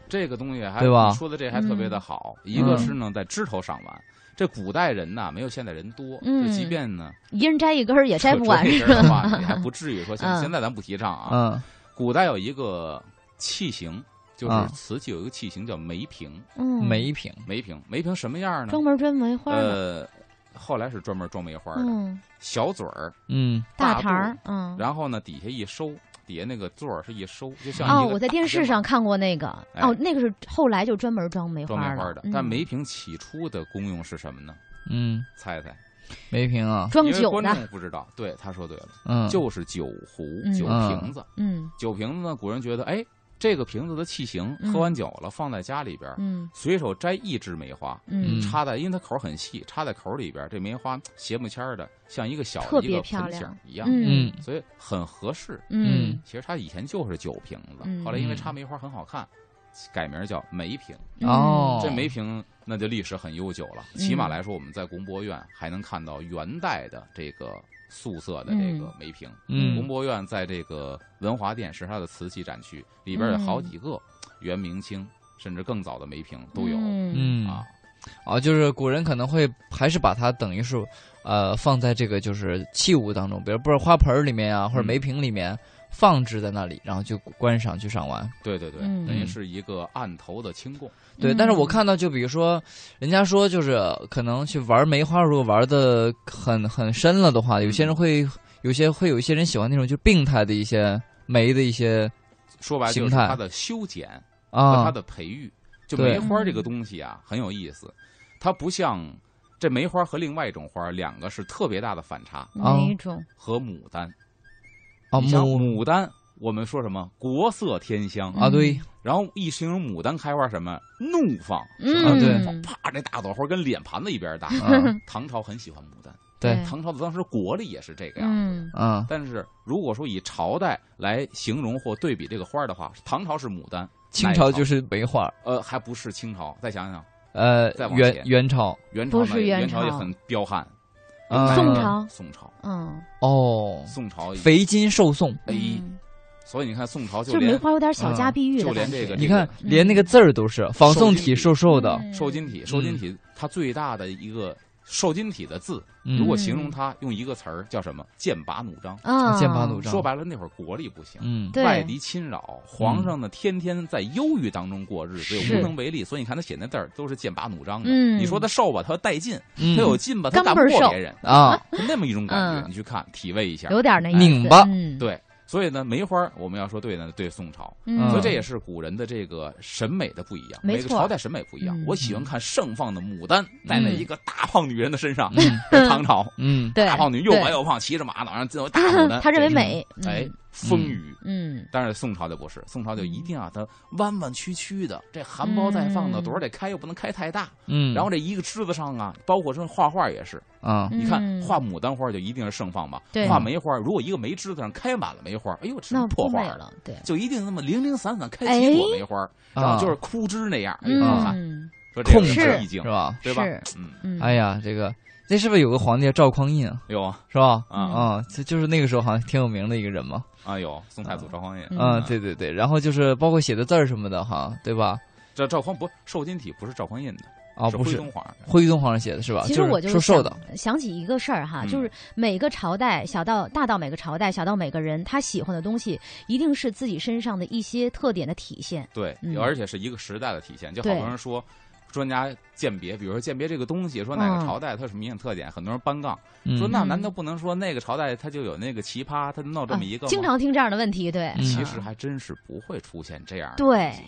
Speaker 3: 这个东西还
Speaker 1: 对吧嗯
Speaker 3: 你说的这还特别
Speaker 2: 嗯
Speaker 3: 的好，一个是呢在枝头上完。这古代人呐，没有现代人多，
Speaker 2: 嗯
Speaker 3: 就即便呢
Speaker 2: 一人摘一根儿也摘不完，
Speaker 3: 这
Speaker 2: 是
Speaker 3: 根儿的
Speaker 2: 吧？
Speaker 3: 话，你还不至于说
Speaker 2: 嗯
Speaker 3: 像现在咱不提倡啊。
Speaker 1: 嗯
Speaker 3: 古代有一个器型，就
Speaker 1: 嗯
Speaker 3: 是瓷器有一个器型叫梅瓶，
Speaker 2: 嗯，
Speaker 1: 梅瓶
Speaker 3: 梅瓶，梅瓶什么样呢？
Speaker 2: 专门专梅花的，
Speaker 3: 呃，后来是专门装梅花的，
Speaker 2: 嗯，
Speaker 3: 小嘴儿，
Speaker 1: 嗯
Speaker 2: 大
Speaker 3: 肚
Speaker 2: 肠儿，嗯。
Speaker 3: 然后呢，底下一收，底下那个座儿是一收，就像
Speaker 2: 哦
Speaker 3: 一，个
Speaker 2: 我在电视上看过那个，
Speaker 3: 哎
Speaker 2: 哦，那个是后来就专门装梅
Speaker 3: 装梅
Speaker 2: 花
Speaker 3: 花
Speaker 2: 了
Speaker 3: 的。。
Speaker 2: 嗯
Speaker 3: 但梅瓶起初的功用是什么呢？
Speaker 1: 嗯，
Speaker 3: 猜猜，
Speaker 1: 梅瓶啊，
Speaker 2: 装
Speaker 3: 因为
Speaker 2: 酒
Speaker 3: 观
Speaker 2: 的，
Speaker 3: 众不知道。对，他说对了，
Speaker 1: 嗯，
Speaker 3: 就是酒壶
Speaker 2: 嗯、
Speaker 3: 酒瓶子。
Speaker 2: 嗯
Speaker 3: 酒瓶子呢，古人觉得，哎，这个瓶子的器型，
Speaker 2: 嗯
Speaker 3: 喝完酒了，放在家里边儿，
Speaker 2: 嗯
Speaker 3: 随手摘一枝梅花。
Speaker 2: 嗯，
Speaker 1: 嗯
Speaker 3: 插在，因为它口儿很细，插在口儿里边儿，这梅花斜木签儿的，像一个小
Speaker 2: 特
Speaker 3: 的一
Speaker 2: 别
Speaker 3: 个
Speaker 2: 漂
Speaker 3: 盆
Speaker 2: 亮
Speaker 3: 景儿一样，
Speaker 1: 嗯
Speaker 2: 嗯
Speaker 3: 所以很合适。
Speaker 2: 嗯
Speaker 3: 其实它以前就是酒瓶子，
Speaker 2: 嗯
Speaker 3: 后来因为插梅花很好看，改名叫梅瓶。
Speaker 2: 嗯
Speaker 1: 哦
Speaker 3: 这梅瓶那就历史很悠久了，
Speaker 2: 嗯
Speaker 3: 起码来说，我们在国博院还能看到元代的这个素色的这个梅瓶。国
Speaker 1: 嗯
Speaker 3: 博院在这个文华殿是它的瓷器展区，里边有好几个元、明清甚至更早的梅瓶都有、
Speaker 2: 嗯
Speaker 1: 嗯
Speaker 3: 啊。
Speaker 1: 啊，就是古人可能会还是把它等于是呃放在这个就是器物当中，比如不是花盆儿里面啊，或者
Speaker 3: 嗯
Speaker 1: 梅瓶里面放置在那里，然后就观赏去赏玩。
Speaker 3: 对对对，
Speaker 2: 嗯
Speaker 3: 等于是一个案头的清供。
Speaker 1: 对，但是我
Speaker 2: 嗯
Speaker 1: 看到，就比如说，人家说就是可能去玩梅花，如果玩的很很深了的话，有些人会，有些会有一些人喜欢那种就病态的一些梅的一些
Speaker 3: 说白了就是
Speaker 1: 形态
Speaker 3: 它的修剪和它
Speaker 1: 啊，
Speaker 3: 的培育。就
Speaker 1: 对
Speaker 3: 梅花这个东西啊，很有意思，它不像这梅花和另外一种花，两个是特别大的反差，
Speaker 2: 哪一种？
Speaker 3: 和牡丹。
Speaker 1: 啊
Speaker 3: 你像
Speaker 1: 木
Speaker 3: 牡丹，我们说什么国色天香，
Speaker 2: 嗯
Speaker 1: 啊，对，
Speaker 3: 然后一形容牡丹开花什么怒放，
Speaker 2: 嗯，
Speaker 1: 啊对
Speaker 3: 啪，这大朵花跟脸盘子一边大。
Speaker 1: 啊
Speaker 3: 唐朝很喜欢牡丹，
Speaker 1: 对
Speaker 2: 对
Speaker 3: 唐朝的当时国力也是这个样子。
Speaker 2: 嗯
Speaker 1: 啊，
Speaker 3: 但是如果说以朝代来形容或对比这个花的话，唐朝是牡丹，
Speaker 1: 清朝就是梅花，
Speaker 3: 呃，还不是清朝。再想想。
Speaker 1: 呃
Speaker 3: 再，往
Speaker 1: 元
Speaker 3: 前
Speaker 1: 元朝，
Speaker 3: 元朝呢
Speaker 2: 不是元
Speaker 3: 元
Speaker 2: 朝
Speaker 3: 也很彪悍，
Speaker 1: 嗯
Speaker 2: 宋朝
Speaker 3: 宋朝，
Speaker 2: 嗯，
Speaker 1: 哦，
Speaker 3: 宋朝，
Speaker 1: 肥金受宋，
Speaker 3: 哎，
Speaker 2: 嗯
Speaker 3: 所以你看宋朝
Speaker 2: 就
Speaker 3: 就是
Speaker 2: 梅
Speaker 3: 连
Speaker 2: 花有点小家
Speaker 1: 嗯
Speaker 2: 碧玉的
Speaker 3: 就
Speaker 2: 感
Speaker 3: 连这
Speaker 2: 觉
Speaker 3: 个，嗯
Speaker 1: 你看连那个字儿都是仿宋体瘦瘦的，
Speaker 2: 嗯
Speaker 3: 瘦金体，瘦金体它最大的一个瘦金体的字，
Speaker 1: 嗯
Speaker 3: 如果形容它用一个词儿叫什么？剑拔弩张。
Speaker 2: 啊，
Speaker 1: 剑拔弩张
Speaker 3: 说白了，那会儿国力不行。
Speaker 1: 嗯，
Speaker 2: 对
Speaker 3: 外敌侵扰，皇上呢天天在忧郁当中过日子，
Speaker 1: 是
Speaker 3: 也无能为力，所以你看他写那字儿都是剑拔弩张的。
Speaker 2: 嗯
Speaker 3: 你说他瘦吧，他带劲；
Speaker 1: 嗯
Speaker 3: 他有劲吧，他
Speaker 2: 钢
Speaker 3: 干不
Speaker 2: 镚儿瘦
Speaker 3: 过别人，
Speaker 1: 啊，
Speaker 3: 就那么一种感
Speaker 2: 嗯
Speaker 3: 觉。你去看体味一下，
Speaker 2: 有点那意思
Speaker 1: 拧巴
Speaker 2: 嗯
Speaker 3: 对，所以呢，梅花儿我们要说对呢，对宋朝，
Speaker 2: 嗯
Speaker 3: 所以这也是古人的这个审美的不一样，
Speaker 2: 没
Speaker 3: 每个
Speaker 2: 错
Speaker 3: 朝代审美不一样
Speaker 2: 嗯。
Speaker 3: 我喜欢看盛放的牡丹戴在一个大胖女人的身上，
Speaker 1: 嗯
Speaker 3: 这唐朝
Speaker 1: 嗯
Speaker 2: 对啊
Speaker 3: 大胖女又白又胖，骑着马，脑上系有大牡丹，
Speaker 2: 他认为
Speaker 3: 这
Speaker 2: 美，
Speaker 3: 是哎
Speaker 2: 嗯，
Speaker 3: 风雨。
Speaker 2: 嗯，
Speaker 3: 但是宋朝就不是，宋朝就一定要它弯弯曲曲的，这含苞待放的
Speaker 2: 嗯
Speaker 3: 朵儿得开，又不能开太大。
Speaker 1: 嗯，
Speaker 3: 然后这一个枝子上啊，包括这画画也是，
Speaker 1: 啊，
Speaker 2: 嗯
Speaker 3: 你看画牡丹花就一定是盛放吧
Speaker 2: 对，
Speaker 3: 画梅花如果一个梅枝子上开满了梅花，哎呦，这
Speaker 2: 那
Speaker 3: 是破
Speaker 2: 不
Speaker 3: 花
Speaker 2: 美
Speaker 3: 了。
Speaker 2: 了，对，
Speaker 3: 就一定那么零零散散开几朵梅花，然
Speaker 1: 啊
Speaker 3: 后就是枯枝那样，哎呦好看，
Speaker 2: 嗯，
Speaker 3: 说这
Speaker 1: 控
Speaker 3: 个
Speaker 2: 制
Speaker 3: 是意境
Speaker 1: 是，吧？
Speaker 3: 对吧？
Speaker 2: 是
Speaker 3: 嗯，
Speaker 2: 嗯，
Speaker 1: 哎呀，这个那是不是有个皇帝叫赵匡胤啊？
Speaker 3: 有啊
Speaker 1: 是吧？
Speaker 2: 嗯
Speaker 3: 啊
Speaker 1: 啊，这就是那个时候好像挺有名的一个人嘛。
Speaker 3: 啊有宋太祖赵匡胤，
Speaker 2: 嗯
Speaker 1: 嗯，对对对，然后就是包括写的字儿什么的哈，对吧？
Speaker 3: 这赵匡不瘦金体不是赵匡胤的，
Speaker 1: 啊，
Speaker 3: 是
Speaker 1: 不
Speaker 3: 徽
Speaker 1: 是
Speaker 3: 宗皇上，
Speaker 1: 徽宗皇上写的是吧？
Speaker 2: 其实我
Speaker 1: 就是是说瘦的，
Speaker 2: 想想起一个事儿哈，
Speaker 3: 嗯
Speaker 2: 就是每个朝代，小到大到每个朝代，小到每个人，他喜欢的东西一定是自己身上的一些特点的体现。
Speaker 3: 对
Speaker 2: 嗯，
Speaker 3: 而且是一个时代的体现，就好
Speaker 2: 对
Speaker 3: 多人说。专家鉴别，比如说鉴别这个东西，说哪个朝代它有什么明显特点，很多人搬杠，说
Speaker 1: 嗯
Speaker 3: 那难道不能说那个朝代它就有那个奇葩，它能闹这么一个吗？
Speaker 2: 啊经常听这样的问题，对，
Speaker 1: 啊嗯
Speaker 3: 其
Speaker 2: 嗯
Speaker 3: 实还真是不会出现这样的
Speaker 2: 对
Speaker 3: 东西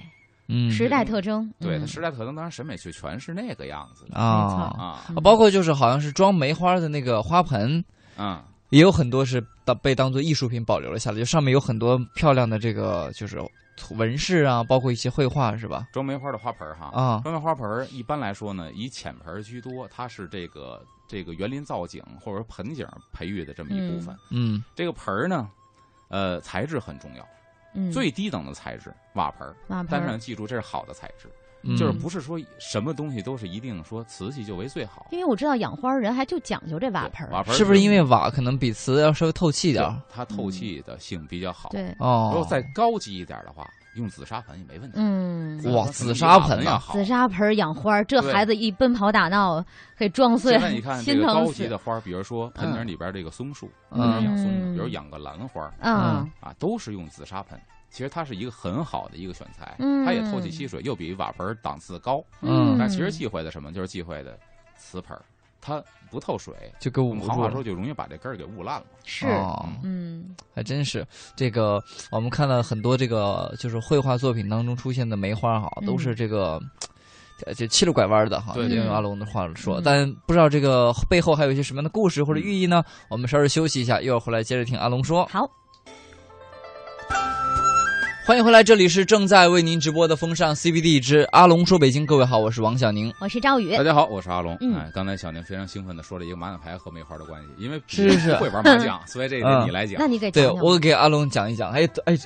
Speaker 1: 嗯
Speaker 2: 时代特征，
Speaker 3: 对，
Speaker 2: 嗯
Speaker 3: 它时代特征，当然审美却全是那个样子的
Speaker 2: 没错
Speaker 1: 啊，
Speaker 3: 啊，
Speaker 2: 嗯
Speaker 1: 包括就是好像是装梅花的那个花盆，
Speaker 3: 嗯，
Speaker 1: 也有很多是当被当做艺术品保留了下来，就上面有很多漂亮的这个就是纹饰啊，包括一些绘画是吧？
Speaker 3: 装梅花的花盆儿哈，
Speaker 1: 啊，
Speaker 3: 装梅花盆儿一般来说呢，以浅盆儿居多，它是这个这个园林造景或者说盆景培育的这么一部分。
Speaker 1: 嗯
Speaker 3: 这个盆儿呢，呃，材质很重要，
Speaker 2: 嗯
Speaker 3: 最低等的材质瓦盆儿，
Speaker 2: 瓦盆
Speaker 3: 但是
Speaker 2: 儿
Speaker 3: 呢，记住这是好的材质，
Speaker 1: 嗯，
Speaker 3: 就是不是说什么东西都是一定说瓷器就为最好。
Speaker 2: 因为我知道养花儿人还就讲究这瓦盆
Speaker 3: 对
Speaker 2: 儿，
Speaker 3: 瓦盆儿
Speaker 1: 是不是因为瓦可能比瓷要稍微透气
Speaker 3: 对
Speaker 1: 点儿
Speaker 3: 它透气的性比较好？
Speaker 2: 对，
Speaker 1: 哦？
Speaker 3: 如果再高级一点的话，用紫砂盆也没问题。
Speaker 2: 嗯，
Speaker 1: 哇
Speaker 3: 紫
Speaker 1: 紫砂盆
Speaker 3: 盆要
Speaker 1: 啊
Speaker 3: 好
Speaker 2: 紫。砂盆儿养花儿，这
Speaker 3: 对
Speaker 2: 孩子一奔跑打闹给撞碎
Speaker 3: 现在你， 看这
Speaker 2: 心
Speaker 3: 个
Speaker 2: 疼
Speaker 3: 高级
Speaker 2: 死。
Speaker 3: 的花儿，比如说盆景里边这个松树，
Speaker 1: 嗯
Speaker 3: 养松的，比如
Speaker 2: 嗯
Speaker 3: 养个兰花儿
Speaker 2: 嗯
Speaker 3: 啊，都是用紫砂盆。其实它是一个很好的一个选材，
Speaker 2: 嗯
Speaker 3: 它也透气吸水，又比瓦盆儿档次高。
Speaker 1: 嗯
Speaker 3: 但其实忌讳的什么？就是忌讳的瓷盆儿，它不透水，
Speaker 1: 就给
Speaker 3: 我
Speaker 1: 捂
Speaker 3: 们
Speaker 1: 住
Speaker 3: 行话
Speaker 1: 了
Speaker 3: 说。就容易把这根儿给捂烂了。
Speaker 2: 是，
Speaker 1: 哦
Speaker 2: 嗯，
Speaker 1: 还真是这个，我们看到很多这个就是绘画作品当中出现的梅花哈，
Speaker 2: 嗯
Speaker 1: 都是这个。呃就七了拐弯的哈，
Speaker 3: 对
Speaker 1: 就
Speaker 2: 对
Speaker 1: 用阿龙的话说，
Speaker 2: 嗯
Speaker 1: 但不知道这个背后还有一些什么样的故事或者寓意呢？
Speaker 3: 嗯
Speaker 1: 我们稍事休息一下，一会儿回来接着听阿龙说。
Speaker 2: 好，
Speaker 1: 欢迎回来，这里是正在为您直播的风尚 CBD 之阿龙说北京。各位好，我是王小宁。
Speaker 2: 我是赵宇
Speaker 3: 大，家好，我是阿龙。
Speaker 2: 嗯
Speaker 3: 哎，刚才小宁非常兴奋的说了一个麻将牌和梅花的关系，因为
Speaker 1: 是是是
Speaker 3: 不会玩麻将，所以这个
Speaker 1: 嗯
Speaker 3: 你来讲
Speaker 2: 那。你给
Speaker 1: 对
Speaker 2: 讲讲
Speaker 1: 我给阿龙讲一讲，哎哎，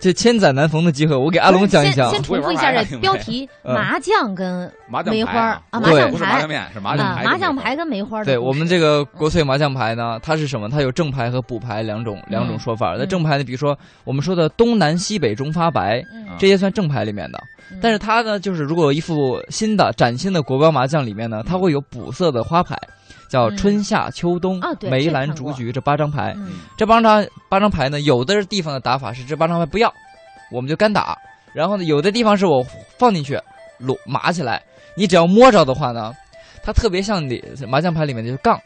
Speaker 1: 这千载难逢的机会，我给阿龙讲一讲
Speaker 2: 先先重复一下这标题：
Speaker 1: 嗯
Speaker 2: 麻将跟
Speaker 3: 麻将
Speaker 2: 梅
Speaker 3: 牌
Speaker 2: 花儿啊，麻
Speaker 1: 对
Speaker 2: 将
Speaker 3: 不是麻
Speaker 2: 牌
Speaker 3: 将面，是麻将
Speaker 2: 啊，
Speaker 3: 牌。
Speaker 2: 麻将牌跟梅花儿的故事。
Speaker 1: 对我们这个国粹麻将牌呢，它是什么？它有正牌和补牌两种两种说法。那
Speaker 2: 嗯
Speaker 1: 正牌呢，比如说我们说的东南西北中发白，
Speaker 2: 嗯，
Speaker 1: 这些算正牌里面的。
Speaker 2: 嗯
Speaker 1: 但是它呢，就是如果有一副新的崭新的国标麻将里面呢，它会有补色的花牌，叫
Speaker 2: 嗯
Speaker 1: 春夏秋冬、
Speaker 2: 啊对
Speaker 1: 梅
Speaker 2: 这
Speaker 1: 兰
Speaker 2: 看
Speaker 1: 竹
Speaker 2: 过
Speaker 1: 菊这八张牌。
Speaker 2: 嗯
Speaker 1: 这八张八张牌呢，有的地方的打法是这八张牌不要，我们就干打；然后呢，有的地方是我放进去摞码起来，你只要摸着的话呢，它特别像你麻将牌里面的就是杠。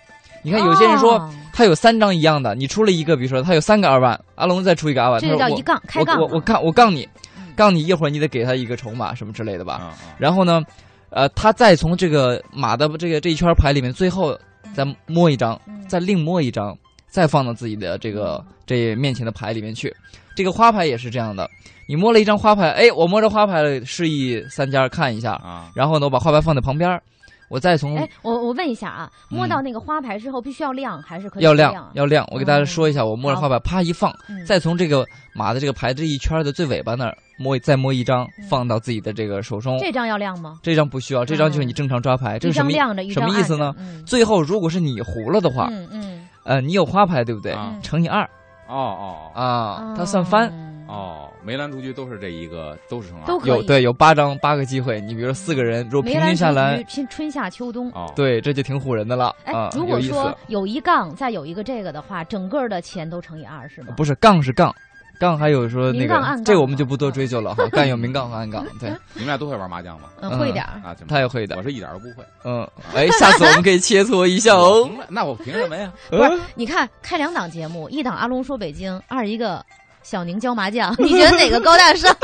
Speaker 1: 你看有些人说
Speaker 2: 哦
Speaker 1: 他有三张一样的，你出了一个，比如说他有三个二万，阿龙再出一个二万，他
Speaker 2: 这个
Speaker 1: 说
Speaker 2: 叫
Speaker 1: 我
Speaker 2: 一杠开
Speaker 1: 我
Speaker 2: 杠
Speaker 1: 我
Speaker 2: 嘛，
Speaker 1: 我杠我杠你
Speaker 2: 嗯，
Speaker 1: 杠你一会儿你得给他一个筹码什么之类的吧。
Speaker 3: 啊啊，
Speaker 1: 然后呢，呃，他再从这个马的这个这一圈牌里面最后再摸一张，
Speaker 2: 嗯
Speaker 1: 再另摸一张，再放到自己的这个这面前的牌里面去。这个花牌也是这样的，你摸了一张花牌，哎，我摸着花牌了，示意三家看一下，
Speaker 3: 啊，
Speaker 1: 然后呢，我把花牌放在旁边儿，我再从
Speaker 2: 哎，我我问一下啊，摸
Speaker 1: 嗯
Speaker 2: 到那个花牌之后必须要亮还是可以
Speaker 1: 要
Speaker 2: 不
Speaker 1: 亮
Speaker 2: 亮？
Speaker 1: 要亮，我给大家说一下，我摸着花牌，啪一放，
Speaker 2: 哦嗯
Speaker 1: 再从这个马的这个牌这一圈的最尾巴那儿摸再摸一张，放到自己的这个手中。
Speaker 2: 嗯这张要亮吗？
Speaker 1: 这张不需要，这张就是你正常抓牌，这
Speaker 2: 一
Speaker 1: 是什
Speaker 2: 张
Speaker 1: 么意
Speaker 2: 亮着，一
Speaker 1: 什
Speaker 2: 张
Speaker 1: 么意思
Speaker 2: 暗着
Speaker 1: 呢？
Speaker 2: 嗯
Speaker 1: 最后，如果是你胡了的话，
Speaker 2: 嗯嗯，
Speaker 1: 呃，你有花牌对不对？
Speaker 3: 啊
Speaker 1: 乘以二
Speaker 3: 哦哦哦
Speaker 1: 啊，它算翻。
Speaker 2: 哦，
Speaker 3: 哦，梅兰竹菊都是这一个，都是成二
Speaker 2: 都可以
Speaker 1: 有对有八张八个机会，你比如说四个人，如果
Speaker 2: 梅
Speaker 1: 平均
Speaker 2: 兰
Speaker 1: 下
Speaker 2: 竹
Speaker 1: 来
Speaker 2: 菊，，春春夏秋冬。
Speaker 3: 哦，
Speaker 1: 对，这就挺唬人的了
Speaker 2: 哎
Speaker 1: 啊，，
Speaker 2: 如
Speaker 1: 有
Speaker 2: 果
Speaker 1: 意思
Speaker 2: 说。有一杠，再有一个这个的话，整个的钱都乘以二是吗？
Speaker 1: 不是杠是杠，杠还有说那
Speaker 2: 明
Speaker 1: 个
Speaker 2: 杠暗杠
Speaker 1: 这个我们就不多追究了 哈，杠有明杠和暗杠，对，
Speaker 3: 你们俩都会玩麻将吗？
Speaker 2: 嗯，会点儿。
Speaker 3: 啊，怎么
Speaker 1: 他也会的
Speaker 3: 我，是一点儿都不会。
Speaker 1: 嗯，哎，下次我们可以切磋一下
Speaker 3: 我
Speaker 1: 哦
Speaker 3: 凭。什么那我凭什么呀？
Speaker 2: 不
Speaker 1: 嗯
Speaker 2: 是，你看开两档节目，一档阿龙说北京，二一个小宁教麻将，你觉得哪个高大上？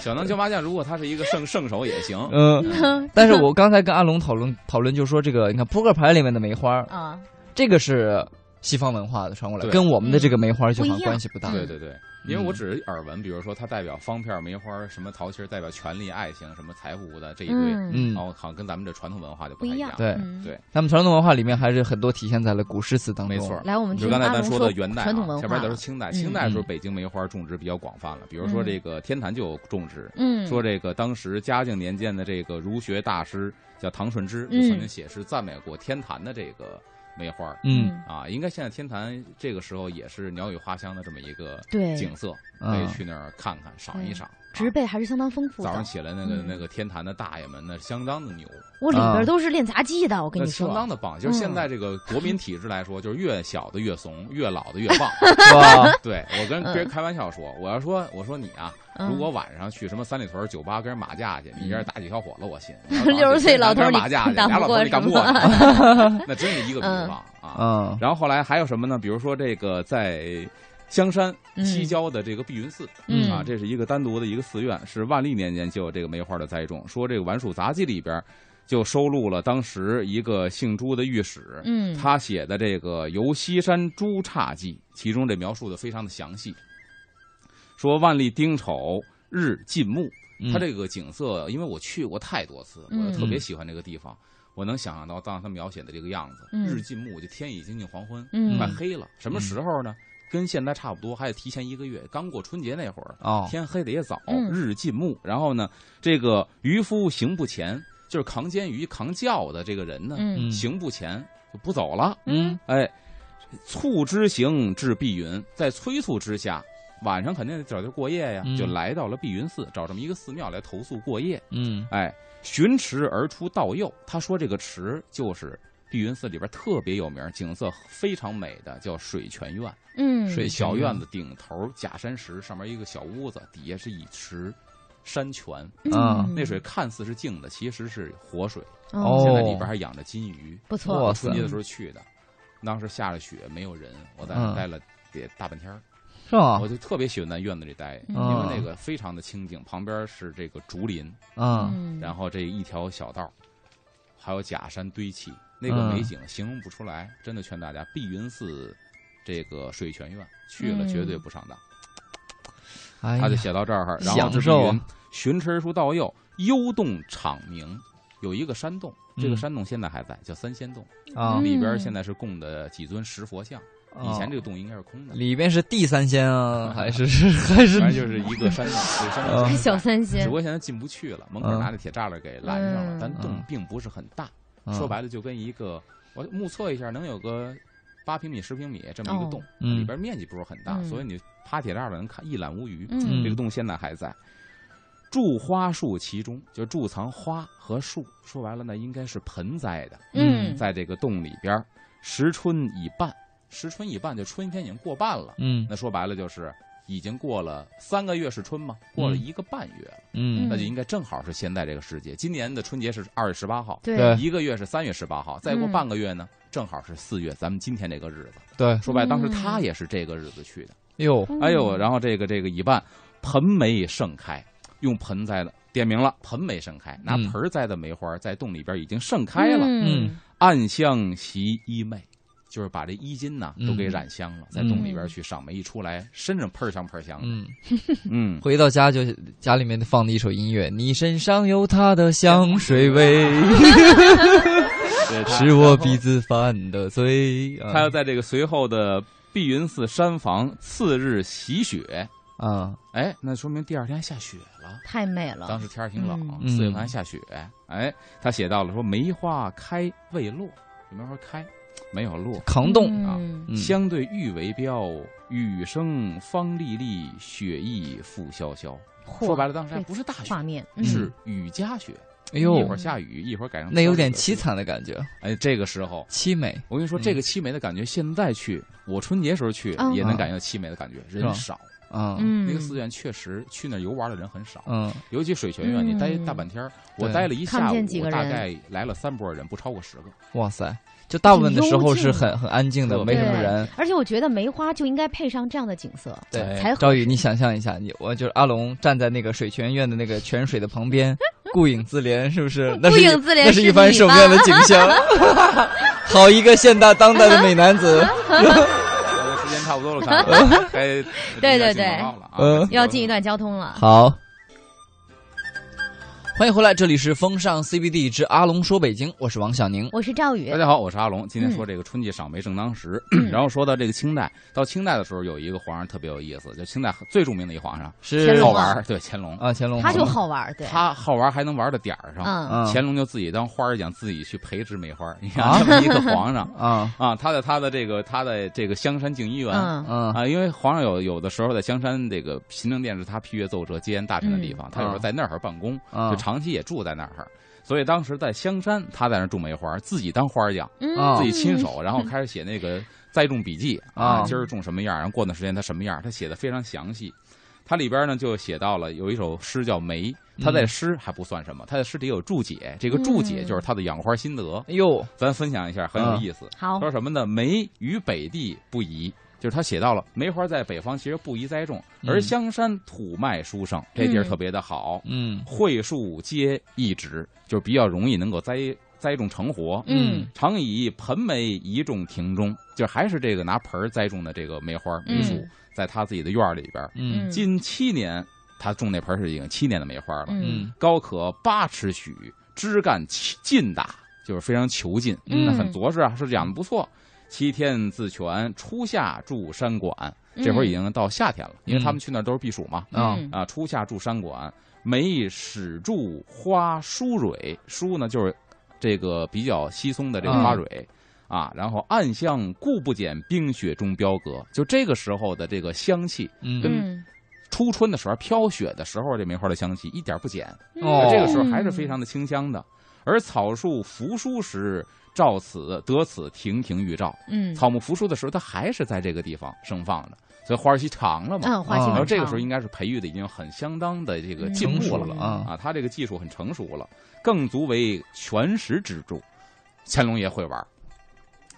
Speaker 3: 小能教麻将，如果他是一个圣圣手也行。
Speaker 1: 嗯，但是我刚才跟阿龙讨论讨论，就说这个，你看扑克牌里面的梅花，
Speaker 2: 啊，
Speaker 1: 这个是西方文化的传过来，
Speaker 3: 对
Speaker 1: 跟我们的这个梅花就
Speaker 2: 不
Speaker 1: 好像
Speaker 2: 一样嗯
Speaker 1: 关系不大。
Speaker 3: 对对对，因为我只是耳闻，比如说它代表方片、梅花，什么桃心儿代表权力、爱情，什么财富的这一堆，
Speaker 2: 嗯，
Speaker 1: 嗯
Speaker 3: 然，后好像跟咱们这传统文化就
Speaker 2: 不
Speaker 3: 太
Speaker 2: 一
Speaker 3: 一
Speaker 2: 样。
Speaker 1: 对
Speaker 2: 嗯
Speaker 3: 对
Speaker 1: 他们传统文化里面还是很多体现在了古诗词当中。
Speaker 3: 没错，
Speaker 2: 来，我们
Speaker 3: 就
Speaker 2: 听
Speaker 3: 刚才
Speaker 2: 阿
Speaker 3: 咱
Speaker 2: 龙
Speaker 3: 的元代、啊，
Speaker 2: 传统文
Speaker 3: 前
Speaker 2: 化
Speaker 3: 面咱说。清代，
Speaker 2: 嗯
Speaker 3: 清代的时候
Speaker 1: 嗯
Speaker 3: 北京梅花种植比较广泛了，比如说
Speaker 2: 嗯
Speaker 3: 这个天坛就有种植。
Speaker 2: 嗯，
Speaker 3: 说这个当时嘉靖年间的这个儒学大师叫唐顺之，就
Speaker 2: 嗯
Speaker 3: 曾经写诗赞美过天坛的这个梅花儿
Speaker 1: 嗯，
Speaker 3: 啊，应该现在天坛这个时候也是鸟语花香的这么一个
Speaker 2: 对，
Speaker 3: 景色，可以
Speaker 1: 嗯，
Speaker 3: 去那儿看看赏一赏。
Speaker 2: 植被还是相当丰富
Speaker 3: 早上
Speaker 2: 的。
Speaker 3: 起来那个
Speaker 2: 嗯
Speaker 3: 那个天坛的大爷们，那相当的牛，
Speaker 2: 我里边
Speaker 1: 啊
Speaker 2: 都是练杂技的，我跟
Speaker 3: 那
Speaker 2: 你
Speaker 3: 相
Speaker 2: 说。
Speaker 3: 当
Speaker 2: 嗯
Speaker 3: 的棒。就是现在这个国民体制来说，就是越小的越怂，越老的越 棒。
Speaker 1: 是吧？
Speaker 3: 对我跟别人开玩笑说，我要说我说你啊，
Speaker 2: 嗯
Speaker 3: 如果晚上去什么三里屯酒吧跟人打架去，你这打几小伙子，我 信。
Speaker 2: 60岁老头儿你
Speaker 3: 跟人打架去，
Speaker 2: 干
Speaker 3: 俩
Speaker 2: 不
Speaker 3: 老头
Speaker 2: 过
Speaker 3: 儿你干不过
Speaker 2: 是，
Speaker 3: 那真是一个比一个
Speaker 2: 嗯
Speaker 3: 棒啊。
Speaker 1: 嗯，
Speaker 3: 然后后来还有什么呢？比如说这个在香山
Speaker 2: 嗯
Speaker 3: 西郊的这个碧云寺、
Speaker 2: 嗯
Speaker 3: 啊，这是一个单独的一个寺院，是万历年间就有这个梅花的栽种。说这个《玩树杂记》里边就收录了当时一个姓朱的御史。
Speaker 2: 嗯，
Speaker 3: 他写的这个《游西山朱侘记》，其中这描述的非常的详细，说万历丁丑日近暮，它
Speaker 1: 嗯
Speaker 3: 这个景色，因为我去过太多次，我
Speaker 2: 嗯
Speaker 3: 特别喜欢这个地方，我能想象到当时他描写的这个样子。
Speaker 2: 嗯
Speaker 3: 日近暮，就天已经近黄昏，
Speaker 2: 嗯
Speaker 3: 快黑了。什么时候呢？跟现在差不多，还得提前一个月，刚过春节那会儿，
Speaker 1: 哦，
Speaker 3: 天黑的也早，
Speaker 2: 嗯
Speaker 3: 日近暮。然后呢，这个渔夫行不前，就是扛煎鱼、扛轿的这个人呢，
Speaker 2: 嗯
Speaker 1: 嗯
Speaker 3: 行不前就不走了。
Speaker 2: 嗯
Speaker 3: 哎，促之行至碧云，在催促之下，晚上肯定得找地儿过夜呀，
Speaker 1: 嗯
Speaker 3: 就来到了碧云寺，找这么一个寺庙来投宿过夜。
Speaker 1: 嗯
Speaker 3: 哎，寻池而出道右，他说这个池就是碧云寺里边特别有名、景色非常美的叫水泉院。
Speaker 2: 嗯，
Speaker 1: 水
Speaker 3: 小
Speaker 1: 泉
Speaker 3: 院
Speaker 1: 院
Speaker 3: 子顶头假山石，上面一个小屋子，底下是一池山泉，
Speaker 1: 啊
Speaker 2: 嗯
Speaker 3: 那水看似是静的，其实是活水。
Speaker 1: 哦
Speaker 3: 现在里边还养着金鱼。
Speaker 2: 不
Speaker 1: 哇
Speaker 2: 错，
Speaker 1: 塞
Speaker 3: 春节的时候去的，当时下着雪，没有人，我在那
Speaker 1: 嗯
Speaker 3: 待了得大半天儿，
Speaker 1: 是嗯吗
Speaker 3: 我？就特别喜欢在院子里待，
Speaker 2: 啊嗯
Speaker 3: 因为
Speaker 1: 嗯
Speaker 3: 那个非常的清静，旁边是这个竹林，
Speaker 1: 嗯
Speaker 2: 嗯，
Speaker 3: 啊然后这一条小道，还有假山堆砌，那个
Speaker 1: 嗯
Speaker 3: 美景形容不出来，真的劝大家，碧云寺这个水泉院去了绝
Speaker 2: 嗯
Speaker 3: 对不上当。
Speaker 1: 哎
Speaker 3: 他就
Speaker 1: 呀，
Speaker 3: 写到这儿，然后
Speaker 1: 享
Speaker 3: 这
Speaker 1: 受
Speaker 3: 云
Speaker 1: 啊
Speaker 3: 寻池书道右，幽洞敞明，有一个山洞，这个
Speaker 1: 嗯
Speaker 3: 山洞现在还在，叫三仙洞。
Speaker 1: 啊
Speaker 2: 嗯
Speaker 3: 里边儿现在是供的几尊石佛像，
Speaker 2: 啊
Speaker 3: 以前这个洞应该是空的，
Speaker 1: 哦里边是地三鲜啊， 还是是 还是
Speaker 3: 反正就是一 个山洞，这个山洞
Speaker 1: 啊
Speaker 3: 现在
Speaker 2: 小三
Speaker 3: 只
Speaker 2: 鲜
Speaker 3: 不，过现在进不去了，门口
Speaker 1: 嗯
Speaker 3: 拿着铁栅栏给拦上了
Speaker 2: 嗯，
Speaker 3: 但洞
Speaker 1: 嗯
Speaker 3: 并不是很大，
Speaker 1: 嗯
Speaker 3: 说白了就跟一个我目测一下能有个八平米、十平米这么一个
Speaker 2: 哦
Speaker 3: 洞，
Speaker 1: 嗯
Speaker 3: 里边面积不是很大，
Speaker 2: 嗯
Speaker 3: 所以你趴铁栅栏能看一览无余。
Speaker 2: 嗯
Speaker 3: 这个洞现在还在。住花树其中，就贮藏花和树。说白了，那应该是盆栽的。
Speaker 2: 嗯，
Speaker 3: 在这个洞里边儿，时春已半，时春已半就春天已经过半了。
Speaker 1: 嗯
Speaker 3: 那说白了就是已经过了三个月是春嘛，过了
Speaker 1: 嗯
Speaker 3: 一个半月了，
Speaker 1: 嗯
Speaker 3: 那就应该正好是现在这个时节。今年的春节是二月十八号，
Speaker 2: 对
Speaker 1: 对，
Speaker 3: 一个月是三月十八号，再过
Speaker 2: 嗯
Speaker 3: 半个月呢，正好是四月，咱们今天这个日子。
Speaker 1: 对，
Speaker 3: 说白了，当时
Speaker 2: 嗯
Speaker 3: 他也是这个日子去的。
Speaker 1: 哟
Speaker 3: 哎呦，然后这个这个已半，盆梅盛开，用盆栽的。点名了，盆梅盛开，拿
Speaker 1: 嗯
Speaker 3: 盆儿栽的梅花在洞里边已经盛开了。
Speaker 2: 嗯
Speaker 3: 暗香袭衣袂，就是把这衣襟呐
Speaker 1: 嗯
Speaker 3: 都给染香了，在
Speaker 1: 嗯
Speaker 3: 洞里边去赏梅一出来，身上喷香喷香的。
Speaker 1: 嗯，
Speaker 3: 嗯，
Speaker 1: 回到家就家里面放的一首音乐，你身上有它的香水 味，
Speaker 3: 对
Speaker 1: 是我鼻。子犯的罪。啊
Speaker 3: 他又在这个随后的碧云寺山房次日洗雪，
Speaker 1: 啊，
Speaker 3: 哎，那说明第二天下雪了。
Speaker 2: 太美了，
Speaker 3: 当时天儿挺冷，
Speaker 1: 嗯
Speaker 3: 四月份还下雪。哎，他写到了说梅花开未落，有梅花开没有落，
Speaker 1: 扛冻
Speaker 3: 啊
Speaker 2: 嗯
Speaker 1: 嗯
Speaker 3: 相对玉为标，雨声方沥沥，雪意复萧萧。
Speaker 2: 嚯
Speaker 3: 说白了，当时还
Speaker 2: 这
Speaker 3: 不是大雪
Speaker 2: 画，面，嗯
Speaker 3: 是雨夹雪。
Speaker 1: 哎
Speaker 3: 一
Speaker 1: 呦
Speaker 3: 会，儿下雨，一会儿改成
Speaker 1: 那有点
Speaker 3: 凄
Speaker 1: 凄。惨的感觉，
Speaker 3: 哎，这个时候，
Speaker 1: 凄美。
Speaker 3: 我跟你说，
Speaker 1: 嗯
Speaker 3: 这个凄美的感觉，现在去，我春节时候去
Speaker 2: 嗯
Speaker 3: 也能感觉到凄美的感觉，人
Speaker 1: 吧
Speaker 3: 少。
Speaker 1: 啊，
Speaker 2: 嗯，
Speaker 3: 那个寺院确实去那儿游玩的人很少，
Speaker 1: 嗯
Speaker 3: 尤其水泉院，你待
Speaker 2: 嗯
Speaker 3: 大半天儿，我
Speaker 1: 对
Speaker 3: 待了一
Speaker 2: 看
Speaker 3: 下
Speaker 2: 不
Speaker 3: 午
Speaker 2: 见几个，人
Speaker 3: 大概来了三波人，不超过十 个。
Speaker 1: 哇塞，就大部分的时候
Speaker 2: 挺幽
Speaker 1: 是
Speaker 2: 静
Speaker 1: 很很安静的，没什么
Speaker 2: 对
Speaker 1: 人。
Speaker 2: 而且我觉得梅花就应该配上这样的景色，
Speaker 1: 对
Speaker 3: 哎
Speaker 2: 才
Speaker 1: 赵宇，你想象一下，你我就是阿龙站在那个水泉院的那个泉水的旁 边，顾影自怜，是不是？那是一
Speaker 2: 顾影自怜
Speaker 1: 那是
Speaker 2: 是
Speaker 1: 一番
Speaker 2: 你
Speaker 1: 什么
Speaker 2: 吧
Speaker 1: 样的景象？ 好一个现代当代的美男子！
Speaker 3: 呃时间差不多了， 哎看来该
Speaker 2: 对对
Speaker 3: 该
Speaker 2: 对
Speaker 3: 进广告了啊
Speaker 1: 嗯
Speaker 2: 要进一段交通了。
Speaker 1: 好，欢迎回来，这里是风尚 CBD 之阿龙说北京，我是王小宁。
Speaker 2: 我是赵宇
Speaker 3: 大，家好，我是阿龙。今天说这个春季赏梅正当时，
Speaker 2: 嗯
Speaker 3: 然后说到这个清代，到清代的时候有一个皇上特别有意思，就清代最著名的一皇上，
Speaker 1: 是
Speaker 2: 乾隆
Speaker 3: 好
Speaker 2: 啊
Speaker 3: 玩儿，对乾隆，
Speaker 1: 啊，乾隆
Speaker 2: 他就
Speaker 1: 好
Speaker 2: 好玩儿，对，
Speaker 3: 他啊好玩儿还能玩儿到点儿上。
Speaker 2: 嗯
Speaker 1: 嗯
Speaker 3: 乾隆就自己当花儿讲，自己去培植梅花儿。你
Speaker 1: 啊
Speaker 3: 看这么一个皇上
Speaker 1: 啊，
Speaker 3: 啊，他在他的这个他的这个香山景一园
Speaker 2: 嗯
Speaker 1: 嗯
Speaker 3: 啊，因为皇上有有的时候在香山这个勤政殿是他批阅奏折、接见大臣的地方，他有时候在那儿办公，就
Speaker 1: 嗯啊
Speaker 3: 长期也住在那儿。所以当时在香山，他在那儿种梅花，自己当花儿匠，
Speaker 1: 啊
Speaker 2: 嗯，
Speaker 3: 自己亲手，然后开始写那个栽种笔记
Speaker 1: 啊
Speaker 3: 今儿种什么样，然后过段时间它什么样，他写的非常详细。它里边呢就写到了有一首诗叫《梅》，他在
Speaker 1: 嗯
Speaker 3: 诗还不算什么，他在诗里有注解，这个注解
Speaker 2: 嗯
Speaker 3: 就是他的养花心得，
Speaker 1: 哎呦，
Speaker 3: 咱分享一下，很
Speaker 1: 啊
Speaker 3: 有意思。
Speaker 2: 嗯好，
Speaker 3: 说什么呢？梅与北地不宜，就是他写到了梅花在北方其实不宜栽种，
Speaker 1: 嗯
Speaker 3: 而香山土脉殊胜，这地儿
Speaker 2: 嗯
Speaker 3: 特别的好，
Speaker 1: 嗯
Speaker 3: 桧树皆一直，就是比较容易能够栽栽种成活。
Speaker 2: 嗯
Speaker 3: 常以盆梅移种庭中，就还是这个拿盆儿栽种的这个梅花梅树，
Speaker 2: 嗯
Speaker 3: 在他自己的院儿里边儿。
Speaker 1: 嗯
Speaker 3: 近七年，他种那盆儿是已经七年的梅花了，
Speaker 2: 嗯
Speaker 3: 高可八尺许，枝干其劲大，就是非常遒劲，
Speaker 1: 嗯
Speaker 3: 那很着实啊，是养的不错。七天自全，初夏住山馆，
Speaker 1: 嗯
Speaker 3: 嗯这会儿已经到夏天了，因为他们去那儿都是避暑嘛。
Speaker 1: 啊
Speaker 2: 嗯
Speaker 3: 啊，初夏住山馆，梅始著花疏蕊，疏呢就是这个比较稀松的这个花
Speaker 1: 嗯
Speaker 3: 蕊、啊。然后暗香故不减冰雪中标阁，就这个时候的这个香气，
Speaker 1: 嗯
Speaker 2: 嗯，
Speaker 3: 初春的时候飘雪的时候，这梅花的香气一点儿不减，
Speaker 2: 嗯
Speaker 1: 哦
Speaker 3: 这个时候还是非常的清香的。而草树扶疏时，照此得此亭亭玉照。
Speaker 2: 嗯，
Speaker 3: 草木扶疏的时候，它还是在这个地方盛放着，所以花儿期长了嘛。
Speaker 2: 嗯，花期
Speaker 1: 啊
Speaker 3: 然
Speaker 2: 很
Speaker 3: 后这个
Speaker 2: 长
Speaker 3: 时候应该是培育的已经很相当的这个
Speaker 2: 嗯
Speaker 3: 进
Speaker 1: 成
Speaker 3: 步
Speaker 1: 熟
Speaker 3: 了、
Speaker 1: 了啊
Speaker 3: 啊，他这个技术很成熟了，更足为全时之柱。乾隆爷会玩儿，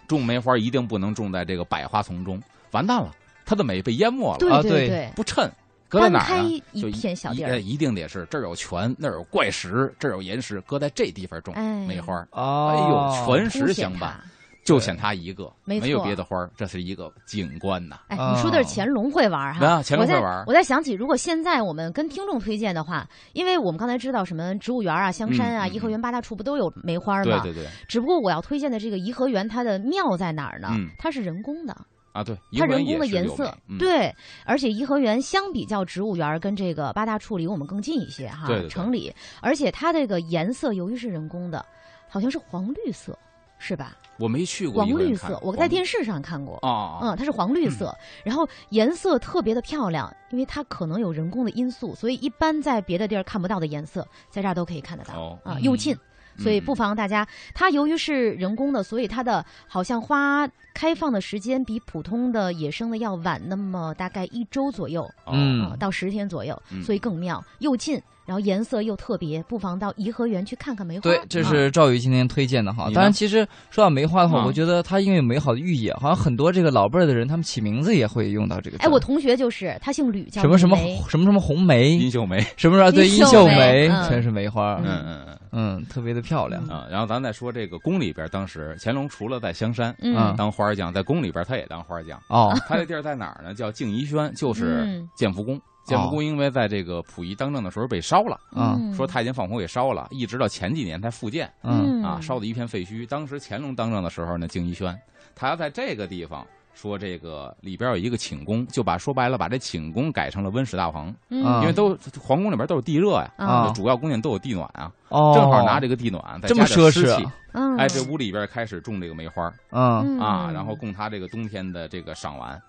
Speaker 3: 种梅花一定不能种在这个百花丛中，完蛋了，它的美被淹没了，
Speaker 2: 对
Speaker 1: 啊对
Speaker 2: 对，
Speaker 3: 不衬，搁在
Speaker 2: 单
Speaker 3: 哪
Speaker 2: 开
Speaker 3: 儿呢？就
Speaker 2: 一片小地
Speaker 3: 哎
Speaker 2: 儿，
Speaker 3: 一定得是这儿有泉，那儿有怪石，这儿有岩石，搁在这地方种
Speaker 2: 哎
Speaker 3: 梅花儿，
Speaker 1: 啊，
Speaker 3: 哎呦，
Speaker 2: 凸
Speaker 3: 全石
Speaker 2: 显
Speaker 3: 相伴
Speaker 2: 它。，
Speaker 3: 就显它一个，
Speaker 2: 没
Speaker 3: 没有
Speaker 2: 错
Speaker 3: 别的花儿，这是一个景观呐。
Speaker 2: 哎，你说的是
Speaker 1: 哦
Speaker 2: 乾隆会玩儿哈
Speaker 3: 那，啊乾隆会玩
Speaker 2: 我在
Speaker 3: 儿
Speaker 2: 我在想起，如果现在我们跟听众推荐的话，因为我们刚才知道什么植物园啊、香山啊、
Speaker 3: 嗯嗯
Speaker 2: 颐和园八大处不都有梅花
Speaker 3: 对
Speaker 2: 吗？
Speaker 3: 对对，
Speaker 2: 只不过我要推荐的这个颐和园，它的妙在哪儿呢？
Speaker 3: 嗯
Speaker 2: 它是人工的，
Speaker 3: 啊对，
Speaker 2: 它
Speaker 3: 一个
Speaker 2: 人
Speaker 3: 人
Speaker 2: 工的
Speaker 3: 也是
Speaker 2: 颜
Speaker 3: 有
Speaker 2: 色
Speaker 3: 美，嗯
Speaker 2: 对，而且颐和园相比较植物园儿跟这个八大处离我们更近一些哈，
Speaker 3: 对对对
Speaker 2: 城里，而且它这个颜色由于是人工的，好像是黄绿色，是吧？
Speaker 3: 我没去过
Speaker 2: 黄
Speaker 3: 颐和园
Speaker 2: 绿
Speaker 3: 看
Speaker 2: 色，我
Speaker 3: 黄
Speaker 2: 在
Speaker 3: 绿
Speaker 2: 电视上看过。
Speaker 3: 啊啊，啊
Speaker 2: 嗯，它是黄绿色，然后颜色特别的漂亮，因为它可能有人工的因素，所以一般在别的地儿看不到的颜色，在这儿都可以看得到、
Speaker 3: 哦
Speaker 2: 啊，
Speaker 1: 嗯
Speaker 2: 又近。所以
Speaker 3: 嗯
Speaker 2: 不妨大家，它由于是人工的，所以它的好像花开放的时间比普通的野生的要晚那么大概一周左右啊、
Speaker 3: 哦
Speaker 1: 嗯，
Speaker 2: 到十天左右，
Speaker 3: 嗯
Speaker 2: 所以更妙，又近，然后颜色又特别，不妨到颐和园去看看梅花。
Speaker 1: 对，这是赵宇今天推荐的哈
Speaker 3: 你。呢
Speaker 1: 当然，其实说到梅花的话，
Speaker 3: 啊
Speaker 1: 我觉得它因为有美好的寓意，啊好像很多这个老辈儿的人，他们起名字也会用到这个字。
Speaker 2: 哎，我同学就是他姓吕，叫
Speaker 1: 什么什么
Speaker 2: 梅
Speaker 1: 什么什么红梅，
Speaker 3: 殷秀梅，
Speaker 1: 什么什么对
Speaker 2: 殷
Speaker 1: 殷
Speaker 2: 秀
Speaker 1: 秀
Speaker 2: 梅
Speaker 1: 梅，
Speaker 2: 嗯
Speaker 1: 全是梅花
Speaker 2: 嗯
Speaker 3: 嗯，嗯
Speaker 1: 嗯，特别的漂亮
Speaker 3: 嗯。啊，然后咱再说这个宫里边，当时乾隆除了在香山
Speaker 2: 嗯
Speaker 1: 啊
Speaker 3: 当花儿匠，在宫里边他也当花儿匠，
Speaker 1: 哦，
Speaker 3: 他这地儿在哪儿呢？叫静怡轩，就是
Speaker 2: 嗯
Speaker 3: 建福宫。建
Speaker 1: 哦
Speaker 3: 福宫因为在这个溥仪当政的时候被烧了，
Speaker 1: 啊
Speaker 2: 嗯
Speaker 3: 说太监放火给烧了，一直到前几年才复建
Speaker 1: 嗯
Speaker 3: 啊，烧的一片废墟。当时乾隆当政的时候呢，静怡轩他要在这个地方说这个里边有一个寝宫，就把说白了把这寝宫改成了温室大棚，
Speaker 1: 啊
Speaker 2: 嗯，
Speaker 3: 因为都皇宫里边都有地热呀，
Speaker 1: 啊
Speaker 3: 主要宫殿都有地暖啊，
Speaker 1: 哦，
Speaker 3: 正好拿这个地暖，再
Speaker 1: 这么
Speaker 3: 加点
Speaker 1: 奢
Speaker 3: 湿
Speaker 1: 侈啊
Speaker 3: 气，
Speaker 2: 嗯，
Speaker 3: 哎，这屋里边开始种这个梅花儿
Speaker 1: 嗯
Speaker 2: 嗯
Speaker 3: 啊，然后供他这个冬天的这个赏玩。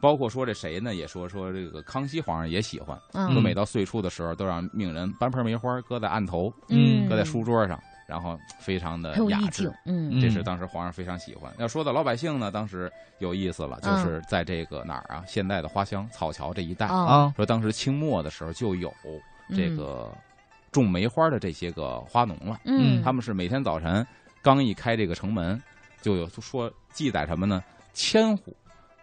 Speaker 3: 包括说这谁呢？也说说这个康熙皇上也喜欢，说
Speaker 1: 嗯
Speaker 3: 每到岁初的时候，都让命人搬盆梅花儿搁在案头，
Speaker 2: 嗯，
Speaker 3: 搁在书桌上，然后非常的
Speaker 2: 很有
Speaker 3: 雅
Speaker 2: 意
Speaker 3: 致
Speaker 2: 境。，嗯
Speaker 1: 嗯
Speaker 3: 这是当时皇上非常喜欢。要说到老百姓呢，当时有意思了，就是在这个哪儿啊，现在的花乡、草桥这一带，
Speaker 2: 嗯哦，嗯
Speaker 1: 啊，
Speaker 3: 说当时清末的时候就有这个种梅花的这些个花农了。
Speaker 2: 嗯，
Speaker 3: 他们是每天早晨刚一开这个城门，就有说记载什么呢？千户，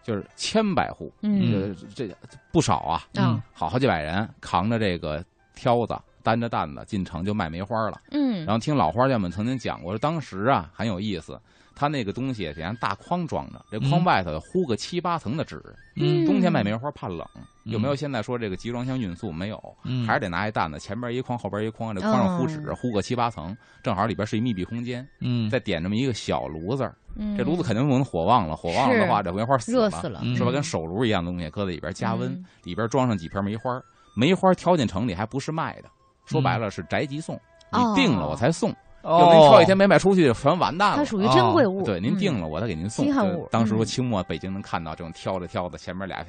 Speaker 3: 就是千百户，
Speaker 2: 嗯
Speaker 3: 呃，这不少啊，
Speaker 2: 啊
Speaker 3: 好好几百人扛着这个挑子，担着担子进城就卖梅花了。
Speaker 2: 嗯，
Speaker 3: 然后听老花匠们曾经讲过，说当时啊很有意思。他那个东西得让大筐装着，这
Speaker 1: 嗯
Speaker 3: 筐外头糊个七八层的纸。
Speaker 1: 嗯
Speaker 3: 冬天卖梅花怕冷，
Speaker 1: 嗯
Speaker 3: 有没有现在说这个集装箱运输？没有，
Speaker 1: 嗯，
Speaker 3: 还是得拿一担子，前边一筐，后边一筐，这筐上糊纸，
Speaker 2: 嗯
Speaker 3: 糊个七八层，正好里边是一密闭空间，
Speaker 1: 嗯，
Speaker 3: 再点这么一个小炉子儿，
Speaker 2: 嗯
Speaker 3: 这炉子肯定不能火旺了，火旺了的话，
Speaker 2: 是
Speaker 3: 这梅花死
Speaker 2: 热死了，
Speaker 3: 了，
Speaker 1: 嗯
Speaker 3: 是
Speaker 2: 嗯
Speaker 3: 吧？跟手炉一样的东西搁在里边加温
Speaker 2: 嗯，
Speaker 3: 里边装上几瓶梅花，梅花挑进城里还不是卖的，说白了是宅急送，
Speaker 2: 嗯哦
Speaker 3: 你定了我才送，
Speaker 1: 哦，
Speaker 3: 要您挑一天没卖出去，全完蛋
Speaker 2: 它
Speaker 3: 了。
Speaker 2: 属于珍贵物，
Speaker 3: 哦
Speaker 2: 嗯
Speaker 3: 对，您定
Speaker 2: 了，
Speaker 3: 了，我再给您送。
Speaker 2: 稀罕
Speaker 3: 就
Speaker 2: 物
Speaker 3: 当时说
Speaker 2: 嗯
Speaker 3: 清末北京能看到这种挑着挑着，前面俩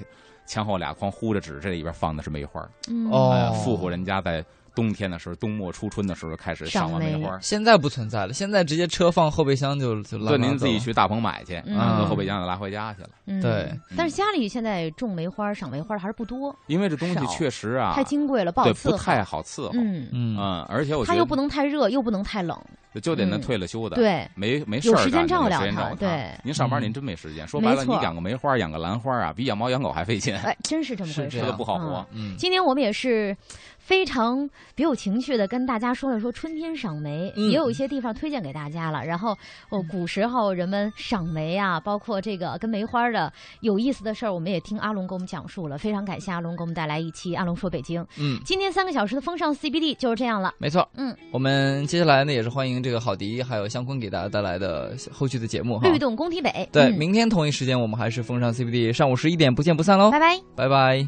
Speaker 3: 前后俩筐糊着纸，这里边放的是梅花。
Speaker 2: 嗯
Speaker 1: 哦
Speaker 3: 哎呀，富户人家在冬天的时候，冬末初春的时候开始
Speaker 2: 赏
Speaker 3: 赏完梅
Speaker 2: 梅
Speaker 3: 花。
Speaker 1: 现在不存在了，现在直接车放后备箱就就拉
Speaker 3: 对，
Speaker 1: 拉
Speaker 3: 您自己
Speaker 1: 走
Speaker 3: 去大棚买去，啊
Speaker 2: 嗯
Speaker 3: 然后后备箱就拉回家去了。
Speaker 2: 嗯
Speaker 1: 对，
Speaker 2: 但是家里现在种梅花、赏梅花的还是不多，
Speaker 3: 因为这东
Speaker 2: 少
Speaker 3: 西确实啊，
Speaker 2: 太金贵了，不好
Speaker 3: 对，
Speaker 2: 伺
Speaker 3: 不
Speaker 2: 候。
Speaker 3: 太好伺候。
Speaker 2: 嗯，
Speaker 1: 嗯
Speaker 3: 嗯，而且我觉
Speaker 2: 它
Speaker 3: 得
Speaker 2: 又不能太热，又不能太冷，
Speaker 3: 就得那
Speaker 2: 嗯
Speaker 3: 退了休的，，
Speaker 2: 对，
Speaker 3: 没没事
Speaker 2: 有
Speaker 3: 儿
Speaker 2: 时间
Speaker 3: 干就
Speaker 2: 照
Speaker 3: 得
Speaker 2: 料
Speaker 3: 时间
Speaker 2: 它
Speaker 3: 照
Speaker 2: 对
Speaker 3: 您上班
Speaker 1: 嗯
Speaker 3: 您真没时间。说
Speaker 2: 没
Speaker 3: 白了，你
Speaker 2: 错
Speaker 3: 养个梅花，养个兰花啊，比养猫养狗还费劲，
Speaker 2: 哎，真是这么
Speaker 1: 是
Speaker 2: 回
Speaker 1: 这
Speaker 2: 事
Speaker 3: 这
Speaker 1: 样
Speaker 2: 儿。
Speaker 3: 个不好活
Speaker 2: 嗯。
Speaker 1: 嗯
Speaker 2: 今天我们也是非常别有情趣的跟大家说了说春天赏梅，
Speaker 1: 嗯
Speaker 2: 也有一些地方推荐给大家了。然后哦，古时候人们赏梅啊，包括这个跟梅花的有意思的事儿，我们也听阿龙给我们讲述了。非常感谢阿龙给我们带来一期《阿龙说北京》。
Speaker 1: 嗯，
Speaker 2: 今天三个小时的风尚 CBD 就是这样了。
Speaker 1: 没错，
Speaker 2: 嗯，
Speaker 1: 我们接下来呢也是欢迎这个郝迪还有香坤给大家带来的后续的节目哈。
Speaker 2: 律动工体北。
Speaker 1: 对，
Speaker 2: 嗯
Speaker 1: 明天同一时间我们还是风尚 CBD，上午十一点不见不散喽，
Speaker 2: 拜拜。
Speaker 1: 拜拜。